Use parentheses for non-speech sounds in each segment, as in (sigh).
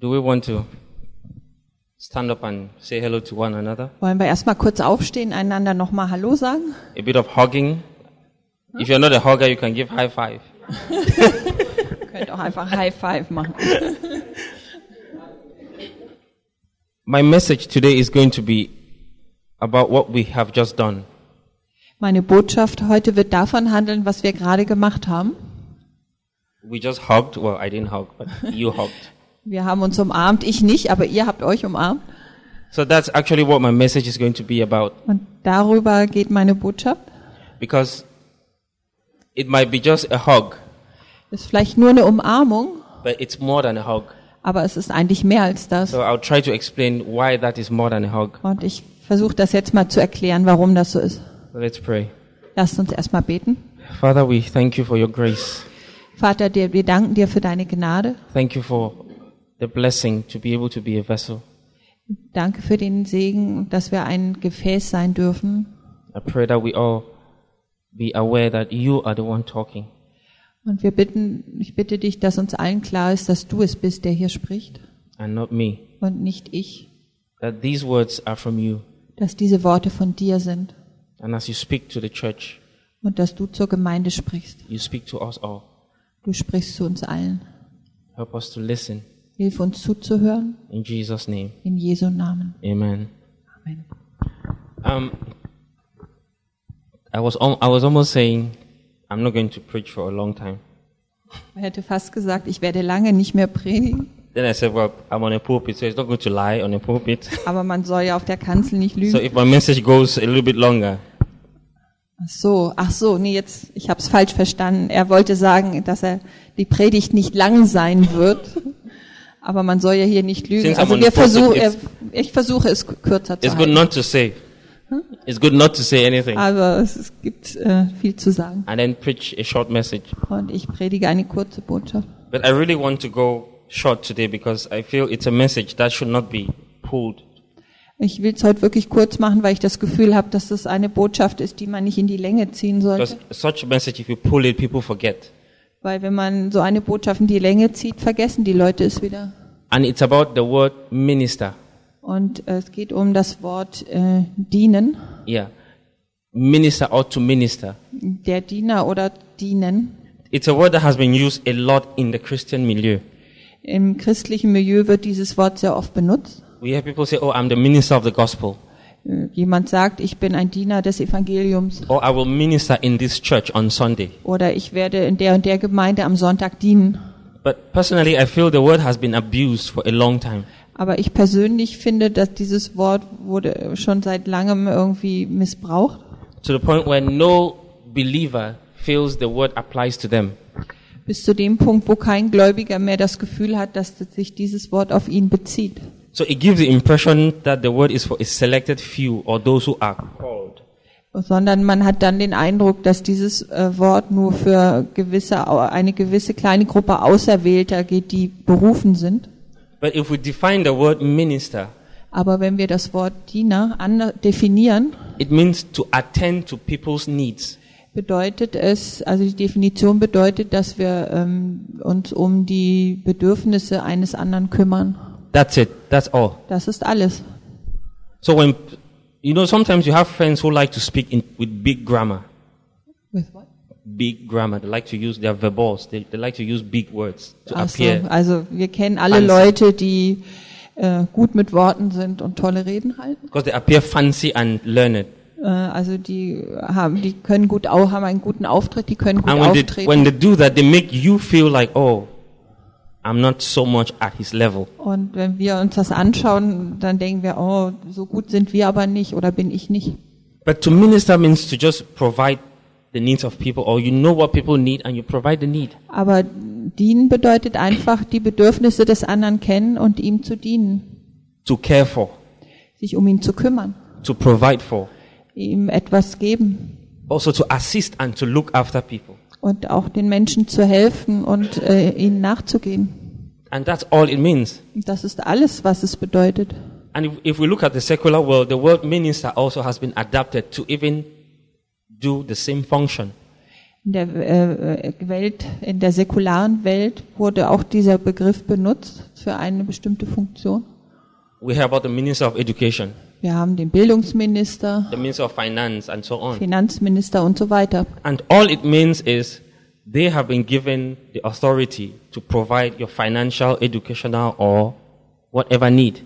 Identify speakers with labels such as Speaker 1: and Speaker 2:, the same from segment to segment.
Speaker 1: Do we want to stand up and say hello to one another?
Speaker 2: Wollen wir erstmal kurz aufstehen, einander nochmal Hallo sagen? (laughs)
Speaker 1: A bit of hugging. If you're not a hugger, you can give high five.
Speaker 2: Ihr könnt auch einfach High Five machen.
Speaker 1: My message today is going to be about what we have just done.
Speaker 2: Meine Botschaft heute wird davon handeln, was wir gerade gemacht haben.
Speaker 1: We just hugged. Well, I didn't hug, but you hugged.
Speaker 2: Wir haben uns umarmt, ich nicht, aber ihr habt euch umarmt.
Speaker 1: So that's actually what my message is going to be about
Speaker 2: Und darüber geht meine Botschaft.
Speaker 1: because it might be just a hug,
Speaker 2: Ist vielleicht nur eine Umarmung,
Speaker 1: but it's more than a hug.
Speaker 2: aber es ist eigentlich mehr als das.
Speaker 1: So I'll try to explain why that is more than a hug.
Speaker 2: Und ich versuche das jetzt mal zu erklären, warum das so ist.
Speaker 1: Let's pray.
Speaker 2: Lasst uns erstmal beten.
Speaker 1: Father, we thank you for your grace.
Speaker 2: Vater, dir, wir danken dir für deine Gnade.
Speaker 1: Thank you for the blessing to be able to be a vessel.
Speaker 2: Danke für den Segen, dass wir ein Gefäß sein dürfen.
Speaker 1: I pray that we all be aware that you are the one talking.
Speaker 2: Und wir bitten, ich bitte dich, dass uns allen klar ist, dass du es bist, der hier spricht
Speaker 1: and not me.
Speaker 2: und nicht ich.
Speaker 1: That these words are from you.
Speaker 2: Dass diese Worte von dir sind
Speaker 1: And as you speak to the church,
Speaker 2: und dass du zur Gemeinde sprichst.
Speaker 1: you speak to us all.
Speaker 2: Du sprichst zu uns allen.
Speaker 1: Help us to listen.
Speaker 2: Hilf uns zuzuhören.
Speaker 1: In Jesus' name.
Speaker 2: In Jesu Namen.
Speaker 1: Amen.
Speaker 2: Amen.
Speaker 1: Um, I was, al- I was almost saying, I'm not going to preach for a long time.
Speaker 2: Er hätte fast gesagt, ich werde lange nicht mehr predigen.
Speaker 1: Then I said, well, I'm on a pulpit, so it's not going to lie on a pulpit. (laughs)
Speaker 2: Aber man soll ja auf der Kanzel nicht
Speaker 1: so
Speaker 2: lügen.
Speaker 1: if my message goes a little bit longer,
Speaker 2: Ach so, ach so, nee, jetzt, ich habe es falsch verstanden. Er wollte sagen, dass er die Predigt nicht lang sein wird. Aber man soll ja hier nicht lügen.
Speaker 1: Since I'm
Speaker 2: Also
Speaker 1: on
Speaker 2: wir
Speaker 1: the pulpit,
Speaker 2: versuchen,
Speaker 1: it's-
Speaker 2: ich versuche es kürzer zu
Speaker 1: it's good
Speaker 2: halten.
Speaker 1: not to say. It's good not to say anything.
Speaker 2: Aber es ist- gibt äh, viel zu sagen.
Speaker 1: And then preach a short message.
Speaker 2: Und ich predige eine kurze Botschaft.
Speaker 1: But I really want to go short today because I feel it's a message that should not be pulled.
Speaker 2: Ich will es heute wirklich kurz machen, weil ich das Gefühl habe, dass das eine Botschaft ist, die man nicht in die Länge ziehen
Speaker 1: Because
Speaker 2: sollte.
Speaker 1: such a message, if you pull it, people forget.
Speaker 2: Weil wenn man so eine Botschaft in die Länge zieht, vergessen die Leute es wieder.
Speaker 1: And it's about the word minister.
Speaker 2: Und äh, es geht um das Wort äh, dienen.
Speaker 1: Yeah. Minister or to minister.
Speaker 2: der Diener oder dienen.
Speaker 1: It's a word that has been used a lot in the Christian milieu.
Speaker 2: Im christlichen Milieu wird dieses Wort sehr oft benutzt.
Speaker 1: We hear people say, Oh, I'm the minister of the gospel.
Speaker 2: Äh, Jemand sagt, ich bin ein Diener des Evangeliums
Speaker 1: Or I will minister in this church on Sunday.
Speaker 2: oder ich werde in der und der Gemeinde am Sonntag dienen.
Speaker 1: But personally, I feel the word has been abused for a long time.
Speaker 2: Aber ich persönlich finde, dass dieses Wort wurde schon seit langem irgendwie missbraucht,
Speaker 1: To the point where no believer feels the word applies to them.
Speaker 2: bis zu dem Punkt, wo kein Gläubiger mehr das Gefühl hat, dass sich dieses Wort auf ihn bezieht.
Speaker 1: So it gives the impression that the word is for a selected few or those who are called.
Speaker 2: sondern man hat dann den Eindruck, dass dieses äh, Wort nur für gewisse, eine gewisse kleine Gruppe Auserwählter geht, die berufen sind.
Speaker 1: But if we define the word minister,
Speaker 2: Aber wenn wir das Wort Diener ander- definieren,
Speaker 1: it means to attend to people's needs.
Speaker 2: bedeutet es, also die Definition bedeutet, dass wir ähm, uns um die Bedürfnisse eines anderen kümmern.
Speaker 1: That's it. That's all.
Speaker 2: Das ist alles.
Speaker 1: So when, you know, sometimes you have friends who like to speak in, with big grammar. Big grammar. They like to use their verbals. They, they like to use big words to
Speaker 2: Ach so,
Speaker 1: appear.
Speaker 2: also wir kennen alle
Speaker 1: Fancy.
Speaker 2: Leute, die äh, gut mit Worten sind und tolle Reden halten.
Speaker 1: Because they appear fancy and learned.
Speaker 2: Äh, Also die haben, die können gut au- haben einen guten Auftritt, die können gut
Speaker 1: And Ah, when they,
Speaker 2: auftreten.
Speaker 1: when they do that, they make you feel like, oh, I'm not so much at his level.
Speaker 2: und wenn wir uns das anschauen, dann denken wir, oh, so gut sind wir aber nicht oder bin ich nicht.
Speaker 1: But to minister means to just provide the needs of people, or you know what people need and you provide the need.
Speaker 2: Aber dienen bedeutet einfach, die Bedürfnisse des anderen kennen und ihm zu dienen,
Speaker 1: To care for,
Speaker 2: sich um ihn zu kümmern,
Speaker 1: to provide for,
Speaker 2: ihm etwas geben
Speaker 1: also to assist and to look after people.
Speaker 2: und auch den Menschen zu helfen und äh, ihnen nachzugehen.
Speaker 1: And that's all it means.
Speaker 2: Und Das ist alles, was es bedeutet.
Speaker 1: And if, if we look at the secular world, the word minister also has been adapted to even do the same function.
Speaker 2: in der äh, Welt, in der säkularen Welt wurde auch dieser Begriff benutzt für eine bestimmte Funktion.
Speaker 1: We have about the Minister of Education,
Speaker 2: Wir haben den Bildungsminister,
Speaker 1: the Minister of Finance, and so on.
Speaker 2: Finanzminister und so weiter.
Speaker 1: And all it means is they have been given the authority to provide your financial, educational, or whatever need.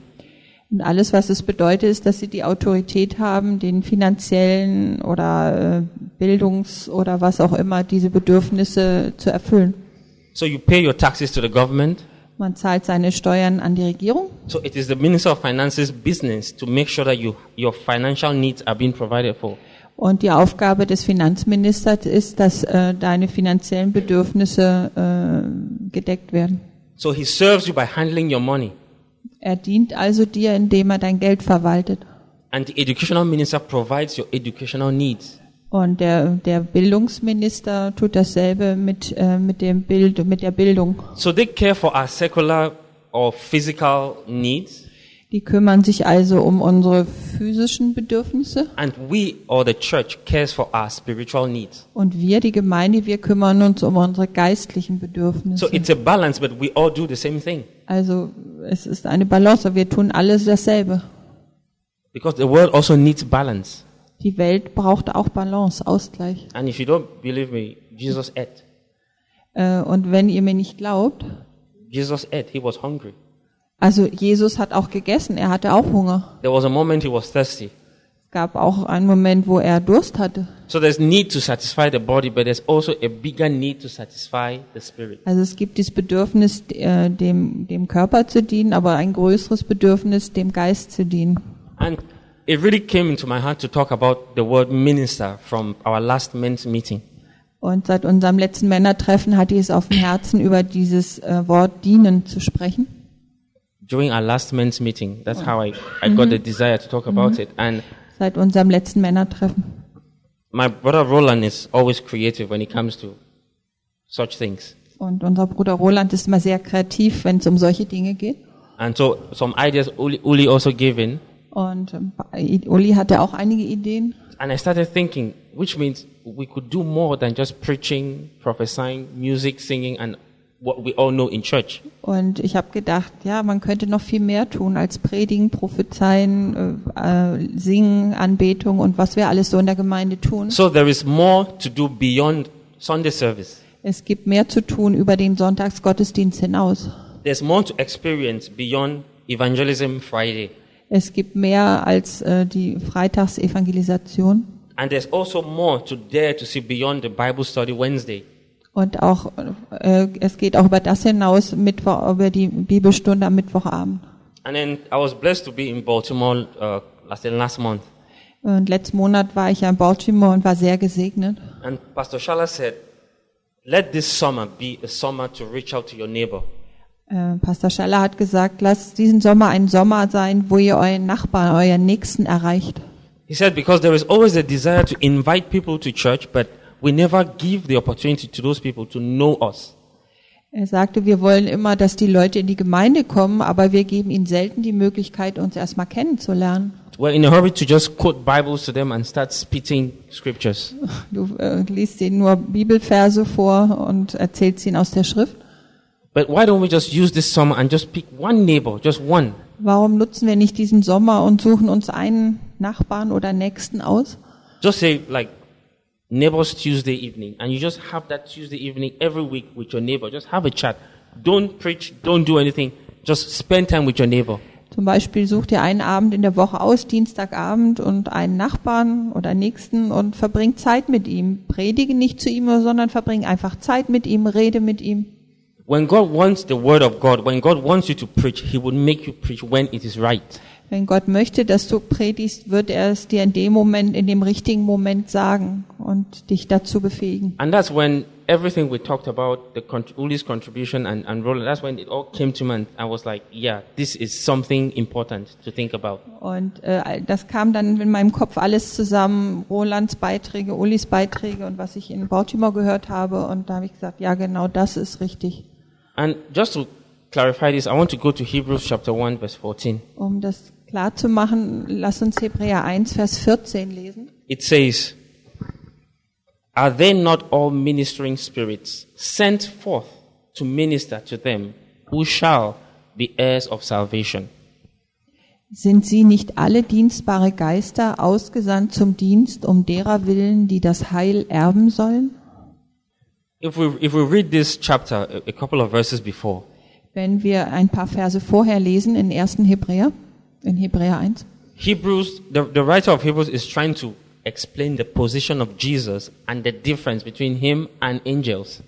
Speaker 2: Und alles, was es bedeutet, ist, dass sie die Autorität haben, den finanziellen oder äh, Bildungs- oder was auch immer diese Bedürfnisse zu erfüllen.
Speaker 1: So you pay your taxes to the government.
Speaker 2: Man zahlt seine Steuern an die Regierung.
Speaker 1: So it is the Minister of Finance's business to make sure that you, your financial needs are being provided for.
Speaker 2: Und die Aufgabe des Finanzministers ist, dass äh, deine finanziellen Bedürfnisse äh, gedeckt werden.
Speaker 1: So he serves you by handling your money.
Speaker 2: Er dient also dir, indem er dein Geld verwaltet.
Speaker 1: And the educational minister provides your educational needs.
Speaker 2: Und der, der Bildungsminister tut dasselbe mit, äh, mit, dem Bild, mit der Bildung.
Speaker 1: So they care for our secular or physical needs,
Speaker 2: Die kümmern sich also um unsere physischen Bedürfnisse.
Speaker 1: and we or the church cares for our spiritual needs.
Speaker 2: Und wir, die Gemeinde, wir kümmern uns um unsere geistlichen
Speaker 1: So
Speaker 2: Bedürfnisse.
Speaker 1: it's a balance, but we all do the same thing.
Speaker 2: Also es ist eine Balance. Wir tun alles dasselbe.
Speaker 1: Because the world also needs balance.
Speaker 2: Die Welt braucht auch Balance, Ausgleich.
Speaker 1: And if you don't believe me, Jesus ate.
Speaker 2: Äh, Und wenn ihr mir nicht glaubt,
Speaker 1: Jesus ate. He was hungry.
Speaker 2: also Jesus hat auch gegessen, er hatte auch Hunger.
Speaker 1: There was a moment he was thirsty.
Speaker 2: Es gab auch einen Moment, wo er Durst hatte.
Speaker 1: So there's need to satisfy the body, but there's also a bigger need to satisfy the spirit.
Speaker 2: Also es gibt dieses Bedürfnis, äh, dem, dem Körper zu dienen, aber ein größeres Bedürfnis, dem Geist zu dienen.
Speaker 1: And it really came into my heart to talk about the word minister from our last men's meeting.
Speaker 2: Und seit unserem letzten Männertreffen hatte ich es auf dem Herzen, über dieses äh, Wort dienen zu sprechen.
Speaker 1: During our last men's meeting, that's how I, I got the desire to talk about it. And
Speaker 2: Seit unserem letzten Männertreffen.
Speaker 1: my brother Roland is always creative when it comes to such things.
Speaker 2: Und unser Bruder Roland ist immer sehr kreativ, wenn es um solche Dinge geht.
Speaker 1: And so some ideas Uli, Uli also gave in.
Speaker 2: Und ähm, Uli hatte auch einige Ideen.
Speaker 1: And I started thinking, which means we could do more than just preaching, prophesying, music, singing, and what we all know in church.
Speaker 2: Und ich habe gedacht, ja, man könnte noch viel mehr tun als predigen, prophezeien, äh, äh, singen, Anbetung und was wir alles so in der Gemeinde tun.
Speaker 1: So there is more to do beyond Sunday service.
Speaker 2: Es gibt mehr zu tun über den Sonntagsgottesdienst hinaus.
Speaker 1: There's more to experience beyond evangelism Friday.
Speaker 2: Es gibt mehr als äh, die Freitagsevangelisation
Speaker 1: And there's also more to dare to see beyond the Bible study Wednesday.
Speaker 2: und auch äh, es geht auch über das hinaus Mittwoch über die Bibelstunde am Mittwochabend.
Speaker 1: And then I was blessed to be in Baltimore uh, last, last month.
Speaker 2: Und letzten Monat war ich ja in Baltimore und war sehr gesegnet.
Speaker 1: And Pastor Shala said, let this summer be a summer to reach out to your neighbor.
Speaker 2: Äh, Pastor Scheller hat gesagt, lasst diesen Sommer ein Sommer sein, wo ihr euren Nachbarn, euren Nächsten erreicht.
Speaker 1: He said, because there is always a desire to invite people to church, but we never give the opportunity to those people to know us.
Speaker 2: Er sagte, wir wollen immer, dass die Leute in die Gemeinde kommen, aber wir geben ihnen selten die Möglichkeit, uns erstmal kennenzulernen.
Speaker 1: We're in a hurry to just quote Bibles to them and start spitting scriptures.
Speaker 2: Du äh, liest ihnen nur Bibelverse vor und erzählst ihnen aus der Schrift.
Speaker 1: But why don't we just use this summer and just pick one neighbor, just one?
Speaker 2: Warum nutzen wir nicht diesen Sommer und suchen uns einen Nachbarn oder Nächsten aus?
Speaker 1: Just say, like, neighbors Tuesday evening, and you just have that Tuesday evening every week with your neighbor. Just have a chat. Don't preach, don't do anything. Just spend time with your neighbor.
Speaker 2: Zum Beispiel sucht ihr einen Abend in der Woche aus, Dienstagabend, und einen Nachbarn oder Nächsten und verbringt Zeit mit ihm. Predige nicht zu ihm, sondern verbring einfach Zeit mit ihm, rede mit ihm.
Speaker 1: When God wants the word of God, when God wants you to preach, He will make you preach when it is right.
Speaker 2: Wenn Gott möchte, dass du predigst, wird er es dir in dem Moment, in dem richtigen Moment sagen und dich dazu befähigen.
Speaker 1: And that's when everything we talked about, the cont- Uli's contribution and, and Roland, that's when it all came to me and I was like, yeah, this is something important to think about.
Speaker 2: Und äh, das kam dann in meinem Kopf alles zusammen, Rolands Beiträge, Ulis Beiträge und was ich in Baltimore gehört habe. Und da habe ich gesagt, ja genau das ist richtig.
Speaker 1: And just to clarify this, I want to go to Hebrews chapter 1 verse 14.
Speaker 2: Um das klar zu machen, lass uns Hebräer 1, Vers 14 lesen.
Speaker 1: It says, Are they not all ministering spirits sent forth to minister to them who shall be heirs of salvation?
Speaker 2: Sind sie nicht alle dienstbare Geister ausgesandt zum Dienst um derer willen, die das Heil erben sollen?
Speaker 1: If we, if we read this chapter a, a couple of verses before,
Speaker 2: Wenn wir ein paar Verse vorher lesen in 1. Hebräer, in Hebräer 1,
Speaker 1: Hebrews, the, the writer of Hebrews is trying to explain the position of Jesus and the difference between him and angels.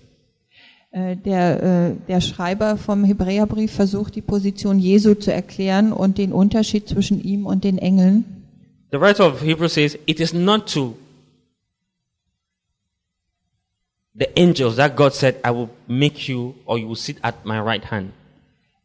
Speaker 2: äh, der, äh, der Schreiber vom Hebräerbrief versucht, die Position Jesu zu erklären und den Unterschied zwischen ihm und den Engeln.
Speaker 1: The writer of Hebrews says it is not to the angels that God said, I will make you or you will sit at my right hand.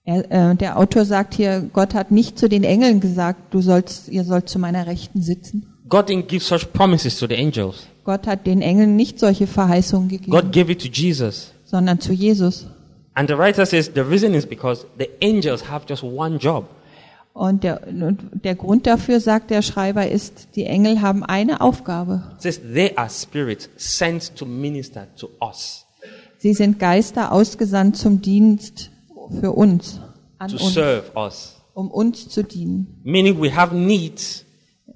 Speaker 2: Er, äh, der Autor sagt hier, Gott hat nicht zu den Engeln gesagt, du sollst, ihr sollt zu meiner Rechten sitzen.
Speaker 1: God didn't give such promises to the angels.
Speaker 2: Gott hat den Engeln nicht solche Verheißungen gegeben,
Speaker 1: God gave it to Jesus.
Speaker 2: sondern zu Jesus.
Speaker 1: And the writer says the reason is because the angels have just one job
Speaker 2: Und der, und der Grund dafür, sagt der Schreiber, ist, die Engel haben eine Aufgabe.
Speaker 1: It says they are spirits sent to minister to us,
Speaker 2: Sie sind Geister ausgesandt zum Dienst für uns, an
Speaker 1: to
Speaker 2: uns,
Speaker 1: serve us.
Speaker 2: um uns zu dienen.
Speaker 1: Meaning we have needs.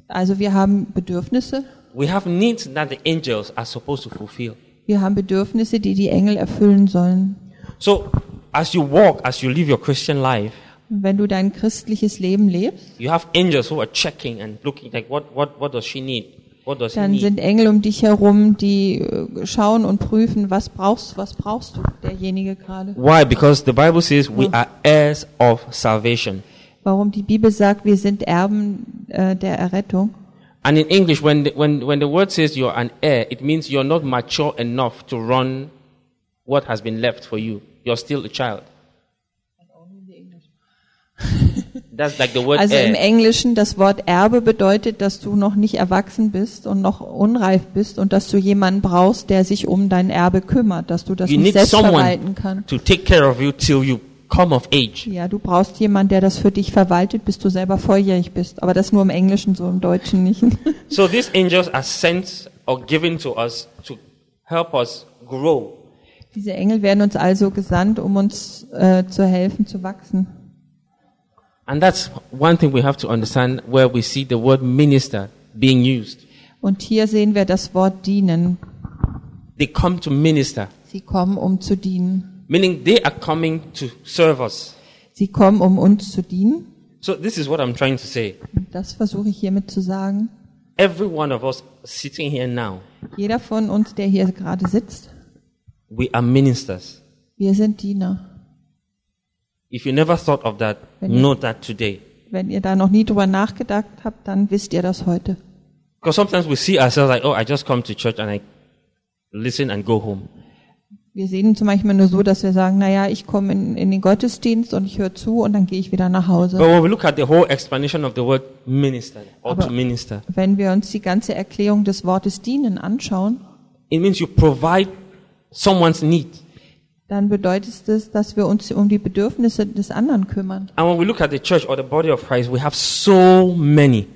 Speaker 2: Also wir haben Bedürfnisse,
Speaker 1: We have needs that the angels are supposed to fulfill.
Speaker 2: wir haben Bedürfnisse, die die Engel erfüllen sollen.
Speaker 1: So as you walk, as you live your Christian life,
Speaker 2: Und wenn du dein christliches Leben lebst,
Speaker 1: you have angels who are checking and looking like what, what, what does she need? What does he
Speaker 2: dann
Speaker 1: need?
Speaker 2: sind Engel um dich herum, die äh, schauen und prüfen, was brauchst, was brauchst du derjenige gerade.
Speaker 1: Why? Because the Bible says we are heirs of salvation.
Speaker 2: Warum die Bibel sagt, wir sind Erben äh, der Errettung.
Speaker 1: And in English, when the, when, when the word says you're an heir, it means you're not mature enough to run what has been left for you. You're still a child. That's like the word
Speaker 2: Also im
Speaker 1: heir.
Speaker 2: Englischen das Wort Erbe bedeutet, dass du noch nicht erwachsen bist und noch unreif bist und dass du jemanden brauchst, der sich um dein Erbe kümmert, dass du das
Speaker 1: You
Speaker 2: nicht
Speaker 1: need
Speaker 2: selbst
Speaker 1: someone
Speaker 2: verwalten kannst.
Speaker 1: to take care of you till you come of age.
Speaker 2: Ja, du brauchst jemanden, der das für dich verwaltet, bis du selber volljährig bist. Aber das nur im Englischen, so im
Speaker 1: (laughs)
Speaker 2: Deutschen nicht.
Speaker 1: So these angels are sent or given to us to help us grow.
Speaker 2: Diese Engel werden uns also gesandt, um uns äh, zu helfen, zu wachsen.
Speaker 1: And that's one thing we have to understand where we see the word minister being used.
Speaker 2: Und hier sehen wir das Wort dienen.
Speaker 1: They come to minister,
Speaker 2: Sie kommen, um zu dienen.
Speaker 1: meaning they are coming to serve us.
Speaker 2: Sie kommen, um uns zu dienen.
Speaker 1: So this is what I'm trying to say.
Speaker 2: Und Das versuche ich hiermit zu sagen.
Speaker 1: Every one of us sitting here now,
Speaker 2: Jeder von uns, der hier gerade sitzt,
Speaker 1: we are ministers.
Speaker 2: wir sind Diener.
Speaker 1: If you never thought of that,
Speaker 2: Amen.
Speaker 1: know that today.
Speaker 2: Wenn ihr da noch nie drüber nachgedacht habt, dann wisst ihr das heute.
Speaker 1: Because sometimes we see ourselves like, oh, I just come to church and I listen and go home.
Speaker 2: Wir sehen zum Beispiel nur so, dass wir sagen, naja, ich komme in, in den Gottesdienst und ich höre zu und dann gehe ich wieder nach Hause.
Speaker 1: But when we look at the whole explanation of the word minister or to
Speaker 2: Aber-
Speaker 1: minister,
Speaker 2: Wenn wir uns die ganze Erklärung des Wortes dienen anschauen,
Speaker 1: it means you provide someone's need.
Speaker 2: dann bedeutet es, dass wir uns um die Bedürfnisse des anderen kümmern.
Speaker 1: And when we look at the church or the body of Christ, we have so many.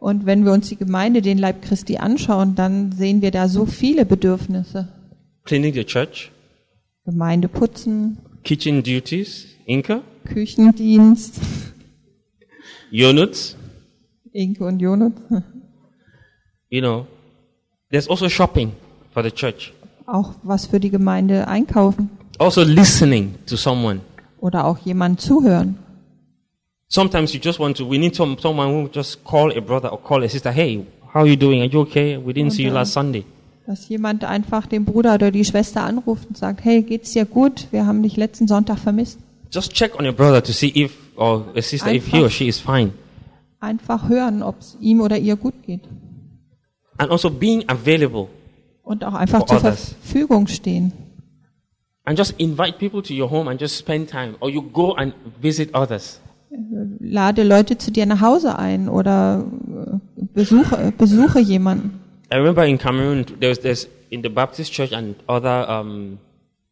Speaker 2: Und wenn wir uns die Gemeinde, den Leib Christi anschauen, dann sehen wir da so viele Bedürfnisse.
Speaker 1: Cleaning the church,
Speaker 2: Gemeinde putzen,
Speaker 1: kitchen duties, Inca,
Speaker 2: Küchendienst,
Speaker 1: units,
Speaker 2: Inke und Jonas,
Speaker 1: you know. There's also shopping for the church.
Speaker 2: auch was für die Gemeinde einkaufen
Speaker 1: also listening to someone.
Speaker 2: oder auch jemand zuhören.
Speaker 1: Sometimes you just want to, we need some, someone who just call a brother or call a sister, hey, how are you doing? Are you okay? We didn't see you last Sunday.
Speaker 2: Dass jemand einfach den Bruder oder die Schwester anruft und sagt, hey, geht's dir gut? Wir haben dich letzten Sonntag vermisst.
Speaker 1: Just check on your brother to see if, or a sister, if he or she is fine.
Speaker 2: Einfach hören, ob es ihm oder ihr gut geht.
Speaker 1: And also being available
Speaker 2: Und auch einfach
Speaker 1: For
Speaker 2: zur
Speaker 1: others.
Speaker 2: Verfügung stehen.
Speaker 1: and just invite people to your home and just spend time. Or you go and visit others.
Speaker 2: Lade Leute zu dir nach Hause ein oder äh, besuche, äh, besuche jemanden.
Speaker 1: I remember in Cameroon, there's, there's in the Baptist church and other um,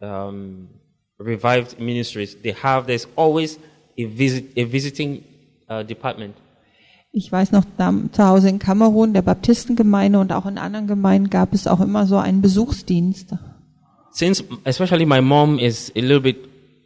Speaker 1: um, revived ministries, they have, there's always a, visit, a visiting uh, department.
Speaker 2: Ich weiß noch, da, zu Hause in Kamerun, der Baptistengemeinde und auch in anderen Gemeinden gab es auch immer so einen Besuchsdienst.
Speaker 1: Since especially my mom is a little bit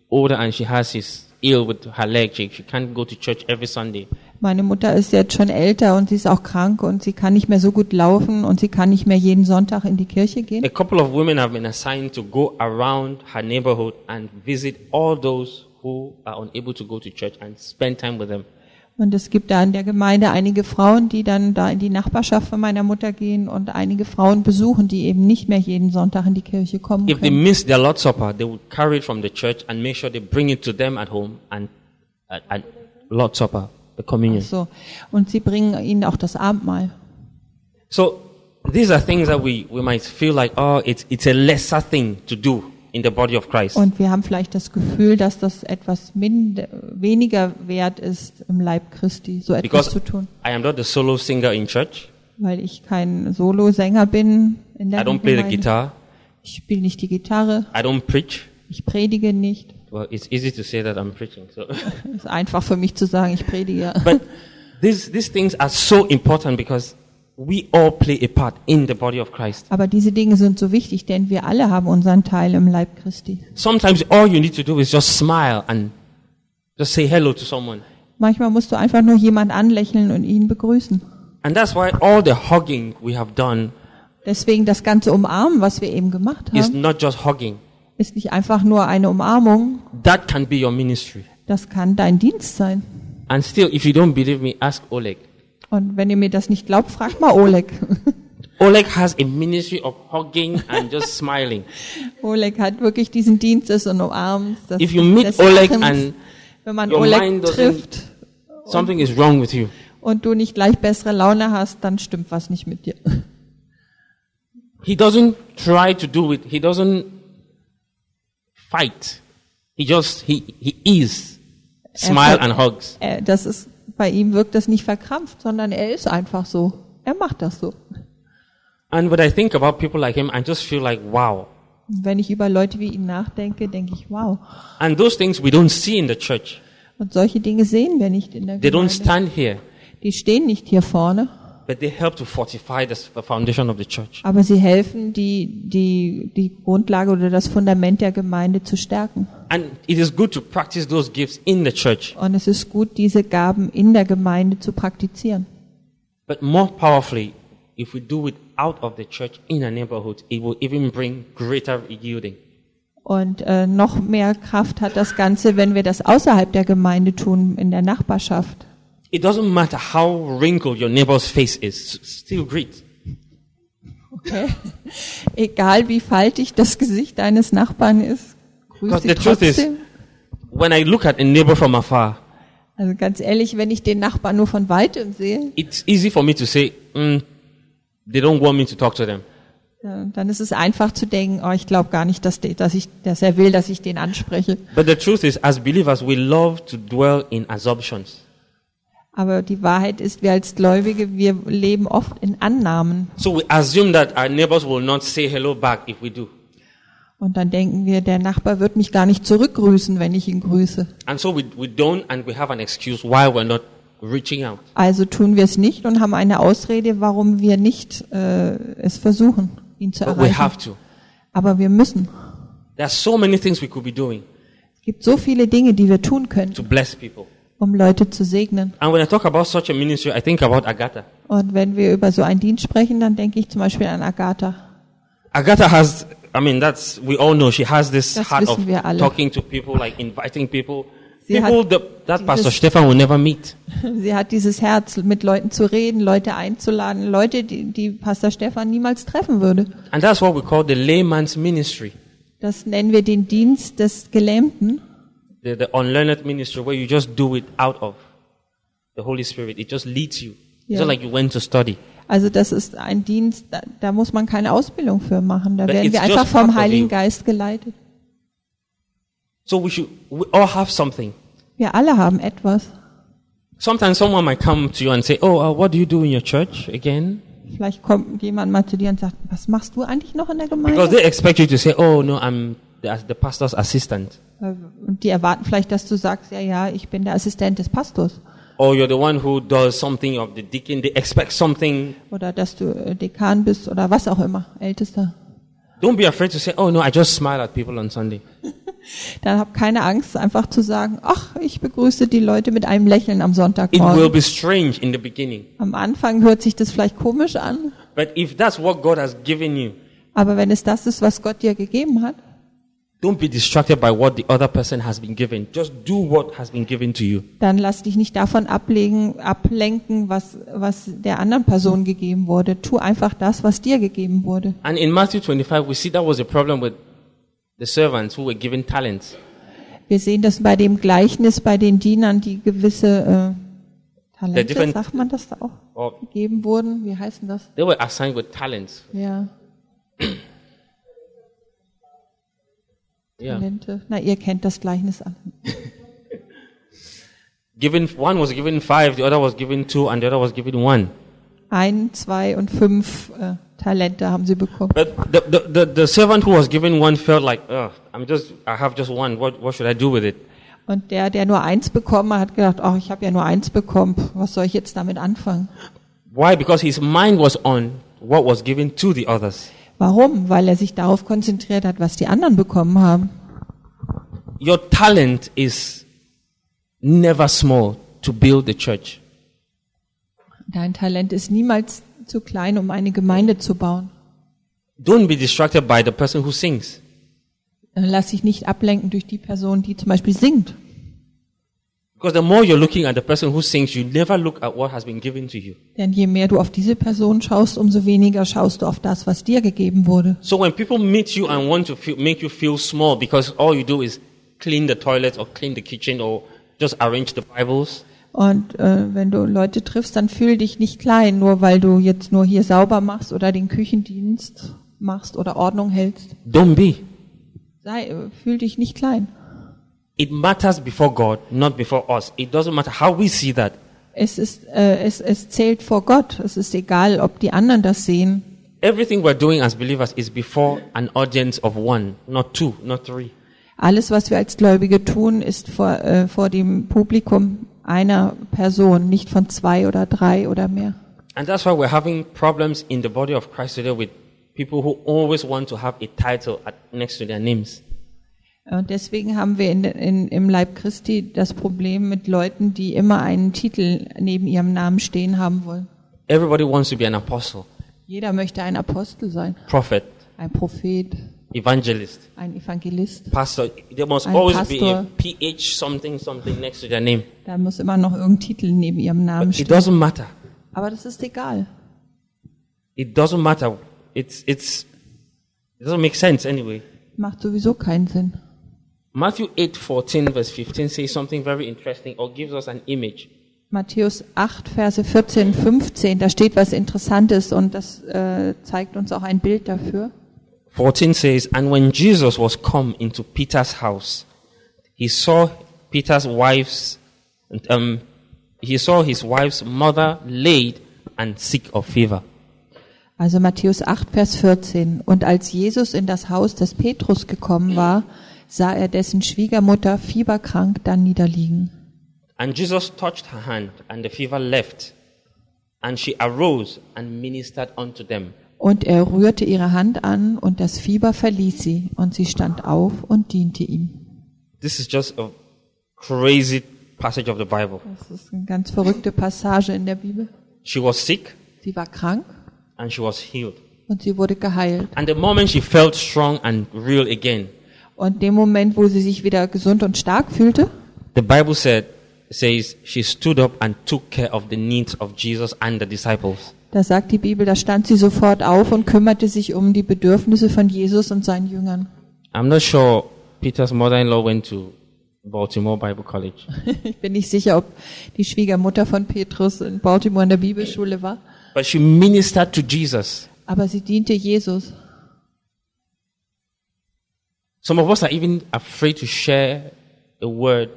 Speaker 1: older and she has is ill with her leg, she, she can't go to church every Sunday.
Speaker 2: Meine Mutter ist jetzt schon älter und sie ist auch krank und sie kann nicht mehr so gut laufen und sie kann nicht mehr jeden Sonntag in die Kirche gehen.
Speaker 1: A couple of women have been assigned to go around her neighborhood and visit all those who are unable to go to church and spend time with them.
Speaker 2: Und es gibt da in der Gemeinde einige Frauen, die dann da in die Nachbarschaft von meiner Mutter gehen und einige Frauen besuchen, die eben nicht mehr jeden Sonntag in die Kirche kommen
Speaker 1: If they
Speaker 2: können.
Speaker 1: miss their Lord's Supper, they would carry it from the church and make sure they bring it to them at home and, and, and Lord's Supper, the communion.
Speaker 2: So. Und sie bringen ihnen auch das Abendmahl.
Speaker 1: So these are things that we, we might feel like, oh, it's, it's a lesser thing to do in the body of Christ.
Speaker 2: Und wir haben vielleicht das Gefühl, dass das etwas minder, weniger wert ist, im Leib Christi so etwas
Speaker 1: Because
Speaker 2: zu tun.
Speaker 1: I am not the solo singer in church.
Speaker 2: Weil ich kein Solosänger bin in der
Speaker 1: I don't play the
Speaker 2: Gemeinde.
Speaker 1: guitar.
Speaker 2: Ich spiele nicht die Gitarre,
Speaker 1: I don't preach.
Speaker 2: ich predige nicht.
Speaker 1: Well, it's easy to say that I'm preaching. So. (laughs)
Speaker 2: Es ist einfach für mich zu sagen, ich predige.
Speaker 1: but these, these things are so important because we all play a part in the body of Christ.
Speaker 2: Aber diese Dinge sind so wichtig, denn wir alle haben unseren Teil im Leib Christi.
Speaker 1: Sometimes all you need to do is just smile and just say hello to someone.
Speaker 2: Manchmal musst du einfach nur jemand anlächeln und ihn begrüßen.
Speaker 1: And that's why all the hugging we have done
Speaker 2: Deswegen das ganze Umarmen, was wir eben gemacht
Speaker 1: is
Speaker 2: haben,
Speaker 1: not just hugging.
Speaker 2: ist nicht einfach nur eine Umarmung.
Speaker 1: That can be your ministry.
Speaker 2: Das kann dein Dienst sein.
Speaker 1: And still, if you don't believe me, ask Oleg.
Speaker 2: Und wenn ihr mir das nicht glaubt, fragt mal Oleg. (laughs)
Speaker 1: Oleg has a ministry of hugging and just (laughs) smiling.
Speaker 2: Oleg hat wirklich diesen Dienst des und Umarmens. Des,
Speaker 1: If you meet
Speaker 2: des
Speaker 1: Oleg
Speaker 2: Lachens.
Speaker 1: and
Speaker 2: wenn man
Speaker 1: your
Speaker 2: Oleg
Speaker 1: mind doesn't-
Speaker 2: trifft
Speaker 1: Something is wrong with you.
Speaker 2: und du nicht gleich bessere Laune hast, dann stimmt was nicht mit dir.
Speaker 1: He doesn't try to do it. He doesn't fight. He just, he, he is. Smile and hugs.
Speaker 2: Äh, Das ist, bei ihm wirkt das nicht verkrampft, sondern er ist einfach so. Er macht das so.
Speaker 1: And when I think about people like him, I just feel like, wow.
Speaker 2: Und Wenn ich über Leute wie ihn nachdenke, denke ich, wow.
Speaker 1: And those things we don't see in the church.
Speaker 2: Und solche Dinge sehen wir nicht in der
Speaker 1: They don't
Speaker 2: Gemeinde.
Speaker 1: stand here,
Speaker 2: Die stehen nicht hier vorne,
Speaker 1: but they help to fortify the s- the foundation of the church.
Speaker 2: aber sie helfen, die, die, die Grundlage oder das Fundament der Gemeinde zu stärken.
Speaker 1: And it is good to practice those gifts in the church.
Speaker 2: Und es ist gut, diese Gaben in der Gemeinde zu praktizieren.
Speaker 1: But more powerfully, if we do it out of the church in a neighborhood, it will even bring greater yielding.
Speaker 2: Und äh, noch mehr Kraft hat das Ganze, wenn wir das außerhalb der Gemeinde tun, in der Nachbarschaft.
Speaker 1: It doesn't matter how wrinkled your neighbor's face is, s- still greet.
Speaker 2: Okay. Egal wie faltig das Gesicht deines Nachbarn ist, grüß
Speaker 1: But
Speaker 2: sie
Speaker 1: the truth is-
Speaker 2: trotzdem.
Speaker 1: When I look at a neighbor from afar,
Speaker 2: Also ganz ehrlich, wenn ich den Nachbarn nur von weitem sehe,
Speaker 1: it's easy for me to say, mm, they don't want me to talk to them.
Speaker 2: äh, dann ist es einfach zu denken, oh, ich glaube gar nicht, dass, der, dass, ich, dass er will, dass ich den anspreche.
Speaker 1: But the truth is, as believers, we love to dwell in assumptions.
Speaker 2: Aber die Wahrheit ist, wir als Gläubige, wir leben oft in Annahmen.
Speaker 1: So we assume that our neighbors will not say hello back if we do.
Speaker 2: Und dann denken wir, der Nachbar wird mich gar nicht zurückgrüßen, wenn ich ihn grüße.
Speaker 1: And so we, we don't, and we have an excuse why we're not reaching out.
Speaker 2: Also tun wir es nicht und haben eine Ausrede, warum wir nicht äh, es versuchen, ihn zu
Speaker 1: But we
Speaker 2: erreichen.
Speaker 1: have to.
Speaker 2: Aber wir müssen.
Speaker 1: There are so many things we could be doing
Speaker 2: Es gibt so viele Dinge, die wir tun können,
Speaker 1: to bless people.
Speaker 2: um Leute zu segnen.
Speaker 1: And when I talk about such a ministry, I think about Agatha.
Speaker 2: Und wenn wir über so einen Dienst sprechen, dann denke ich zum Beispiel an Agatha.
Speaker 1: Agatha has, I mean, that's, we all know, she has this
Speaker 2: Das
Speaker 1: heart of
Speaker 2: wissen wir alle.
Speaker 1: talking to people, like inviting people.
Speaker 2: Sie
Speaker 1: people
Speaker 2: hat
Speaker 1: that, that Pastor
Speaker 2: dieses-
Speaker 1: Stefan will never meet.
Speaker 2: Sie hat dieses Herz, mit Leuten zu reden, Leute einzuladen, Leute, die, die Pastor Stefan niemals treffen würde.
Speaker 1: And that's what we call the layman's ministry,
Speaker 2: Das nennen wir den Dienst des Gelähmten.
Speaker 1: the, the unlearned ministry, where you just do it out of the Holy Spirit. It just leads you. It's
Speaker 2: Yeah.
Speaker 1: not like you went to study.
Speaker 2: Also das ist ein Dienst, da, da muss man keine Ausbildung für machen. Da
Speaker 1: But
Speaker 2: werden
Speaker 1: it's
Speaker 2: wir einfach
Speaker 1: just part
Speaker 2: vom
Speaker 1: of you.
Speaker 2: Heiligen Geist geleitet.
Speaker 1: So we should, we all have something.
Speaker 2: Wir alle haben etwas.
Speaker 1: Sometimes someone might come to you and say, Oh, uh, what do you do in your church again?
Speaker 2: Vielleicht kommt jemand mal zu dir und sagt, was machst du eigentlich noch in der
Speaker 1: Because
Speaker 2: Gemeinde?
Speaker 1: they expect you to say, oh, no, I'm the, the pastor's assistant.
Speaker 2: Äh, Und die erwarten vielleicht, dass du sagst, ja, ja, ich bin der Assistent des Pastors.
Speaker 1: or you're the one who does something of the deacon, they expect something.
Speaker 2: oder dass du äh, Dekan bist oder was auch immer, Ältester.
Speaker 1: Don't be afraid to say, oh no, I just smile at people on Sunday.
Speaker 2: Dann hab keine Angst, einfach zu sagen, ach, ich begrüße die Leute mit einem Lächeln am
Speaker 1: It will
Speaker 2: Sonntagmorgen.
Speaker 1: be strange in the beginning.
Speaker 2: Am Anfang hört sich das vielleicht komisch an,
Speaker 1: But if that's what God has given you,
Speaker 2: aber wenn es das ist, was Gott dir gegeben hat,
Speaker 1: don't be distracted by what the other person has been given. Just do what has been given to you.
Speaker 2: dann lass dich nicht davon ablegen, ablenken, was, was der anderen Person gegeben wurde. Tu einfach das, was dir gegeben wurde.
Speaker 1: And in Matthew 25, we see that was a problem with the servants who were given talents.
Speaker 2: Wir sehen das bei dem Gleichnis bei den Dienern, die gewisse äh,
Speaker 1: Der
Speaker 2: Talente,
Speaker 1: different-
Speaker 2: sagt man das da auch,
Speaker 1: Or
Speaker 2: gegeben wurden. Wie heißt denn das?
Speaker 1: they were assigned with talents.
Speaker 2: Ja,
Speaker 1: Yeah.
Speaker 2: Talente. Na, ihr kennt das Gleichnis alle.
Speaker 1: Given, one was given five, the other was given two, and the other was given one.
Speaker 2: Ein, zwei und fünf äh, Talente haben sie bekommen.
Speaker 1: But the, the, the, the servant who was given one felt like, oh, I'm just, I have just one. What, what should I do with it?
Speaker 2: Und der, der nur eins bekommen hat, hat gedacht, ach, ich habe ja nur eins bekommen, Pff, was soll ich jetzt damit anfangen?
Speaker 1: Why? Because his mind was on what was given to the others.
Speaker 2: Warum? Weil er sich darauf konzentriert hat, was die anderen bekommen haben.
Speaker 1: Your talent is never small to build the church.
Speaker 2: Dein Talent ist niemals zu klein, um eine Gemeinde zu bauen.
Speaker 1: Don't be distracted by the person who sings.
Speaker 2: Dann Äh, lass dich nicht ablenken durch die Person, die zum Beispiel singt.
Speaker 1: Because the more you're looking at the person who sings, you never look at what has been given to you.
Speaker 2: Denn je mehr du auf diese Person schaust, umso weniger schaust du auf das, was dir gegeben wurde.
Speaker 1: So when people meet you and want to feel, make you feel small because all you do is clean the toilets or clean the kitchen or just arrange the Bibles,
Speaker 2: Und äh, wenn du Leute triffst, dann fühl dich nicht klein, nur weil du jetzt nur hier sauber machst oder den Küchendienst machst oder Ordnung hältst.
Speaker 1: don't be.
Speaker 2: Sei, äh, fühl dich nicht klein.
Speaker 1: It matters before God, not before us. It doesn't matter how we see that.
Speaker 2: Es ist, äh, es, es zählt vor Gott. Es ist egal, ob die anderen das sehen.
Speaker 1: Everything we're doing as believers is before an audience of one, not two, not three.
Speaker 2: Alles, was wir als Gläubige tun, ist vor, äh, vor dem Publikum einer Person, nicht von zwei oder drei oder mehr.
Speaker 1: And that's why we're having problems in the body of Christ today with people who always want to have a title at, next to their names.
Speaker 2: Und deswegen haben wir in, in, im Leib Christi das Problem mit Leuten, die immer einen Titel neben ihrem Namen stehen haben wollen.
Speaker 1: Everybody wants to be an apostle,
Speaker 2: Jeder möchte ein Apostel sein,
Speaker 1: prophet,
Speaker 2: ein Prophet,
Speaker 1: evangelist,
Speaker 2: ein Evangelist.
Speaker 1: pastor. There must
Speaker 2: Ein
Speaker 1: always be a
Speaker 2: pastor.
Speaker 1: PH something something next to their name.
Speaker 2: Da muss immer noch irgendein Titel neben ihrem Namen
Speaker 1: It
Speaker 2: stehen.
Speaker 1: doesn't matter.
Speaker 2: Aber das ist egal.
Speaker 1: It doesn't matter. It's it's it doesn't make sense anyway.
Speaker 2: Macht sowieso keinen Sinn.
Speaker 1: Matthew 8, 14, verse 15 says something very interesting or gives us an image.
Speaker 2: Matthäus 8, Verse 14, 15, da steht was Interessantes und das äh, zeigt uns auch ein Bild dafür.
Speaker 1: 14 says, And when Jesus was come into Peter's house, he saw Peter's wife's, um, he saw his wife's mother laid and sick of fever.
Speaker 2: Also Matthäus 8, Vers 14. Und als Jesus in das Haus des Petrus gekommen war, sah er dessen Schwiegermutter fieberkrank dann niederliegen.
Speaker 1: And Jesus touched her hand, and the fever left. And she arose and ministered unto them.
Speaker 2: Und er rührte ihre Hand an und das Fieber verließ sie und sie stand auf und diente ihm.
Speaker 1: This is just a crazy passage of the Bible.
Speaker 2: Das ist eine ganz verrückte Passage in der Bibel.
Speaker 1: She was sick
Speaker 2: Sie war krank
Speaker 1: and she was healed.
Speaker 2: und sie wurde geheilt.
Speaker 1: And the moment she felt strong and real again,
Speaker 2: Und dem Moment, wo sie sich wieder gesund und stark fühlte,
Speaker 1: The Bible said says she stood up and took care of the needs of Jesus and the disciples.
Speaker 2: Da sagt die Bibel, da stand sie sofort auf und kümmerte sich um die Bedürfnisse von Jesus und seinen Jüngern.
Speaker 1: I'm not sure Peter's mother-in-law went to Baltimore Bible College,
Speaker 2: Ich bin nicht sicher, ob die Schwiegermutter von Petrus in Baltimore in der Bibelschule war,
Speaker 1: but she ministered to Jesus.
Speaker 2: aber sie diente Jesus.
Speaker 1: Some of us are even afraid to share a word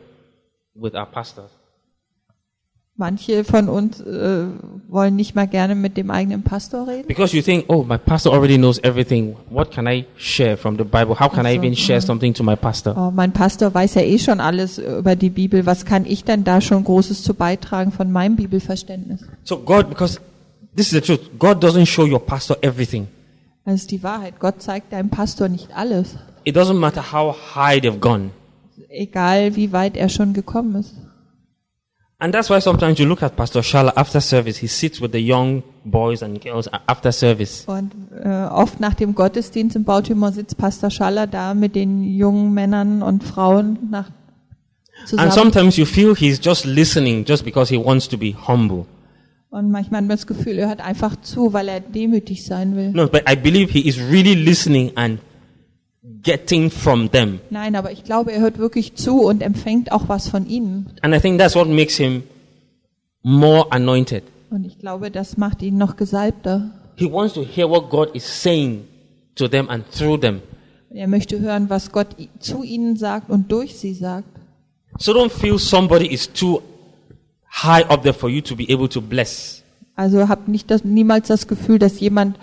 Speaker 1: with our pastors.
Speaker 2: Manche von uns äh, wollen nicht mal gerne mit dem eigenen Pastor reden.
Speaker 1: Because you think, oh, my pastor already knows everything. What can I share from the Bible? How can I even share something to my pastor?
Speaker 2: Oh, mein Pastor weiß ja eh schon alles über die Bibel. Was kann ich denn da schon Großes zu beitragen von meinem Bibelverständnis?
Speaker 1: So God, because this is the truth, God doesn't show your pastor everything.
Speaker 2: Das ist die Wahrheit. Gott zeigt deinem Pastor nicht alles.
Speaker 1: It doesn't matter how high they've gone.
Speaker 2: Egal, wie weit er schon gekommen ist.
Speaker 1: And that's why sometimes you look at Pastor Shala after service, he sits with the young boys and girls a- after service.
Speaker 2: Und äh, oft nach dem Gottesdienst in Baltimore sitzt Pastor Schaller da mit den jungen Männern und Frauen nach
Speaker 1: And
Speaker 2: zusammen.
Speaker 1: sometimes you feel he's just listening just because he wants to be humble.
Speaker 2: Und manchmal hat man das Gefühl, er hört einfach zu, weil er demütig sein will.
Speaker 1: No, but I believe he is really listening and getting from them.
Speaker 2: Nein, aber ich glaube, er hört wirklich zu und empfängt auch was von ihnen.
Speaker 1: And I think that's what makes him more anointed.
Speaker 2: Und ich glaube, das macht ihn noch gesalbter.
Speaker 1: He wants to hear what God is saying to them and through them.
Speaker 2: Er möchte hören, was Gott i- zu ihnen sagt und durch sie sagt.
Speaker 1: So don't feel somebody is too high up there for you to be able to bless.
Speaker 2: Also habt nicht das, niemals das Gefühl, dass jemand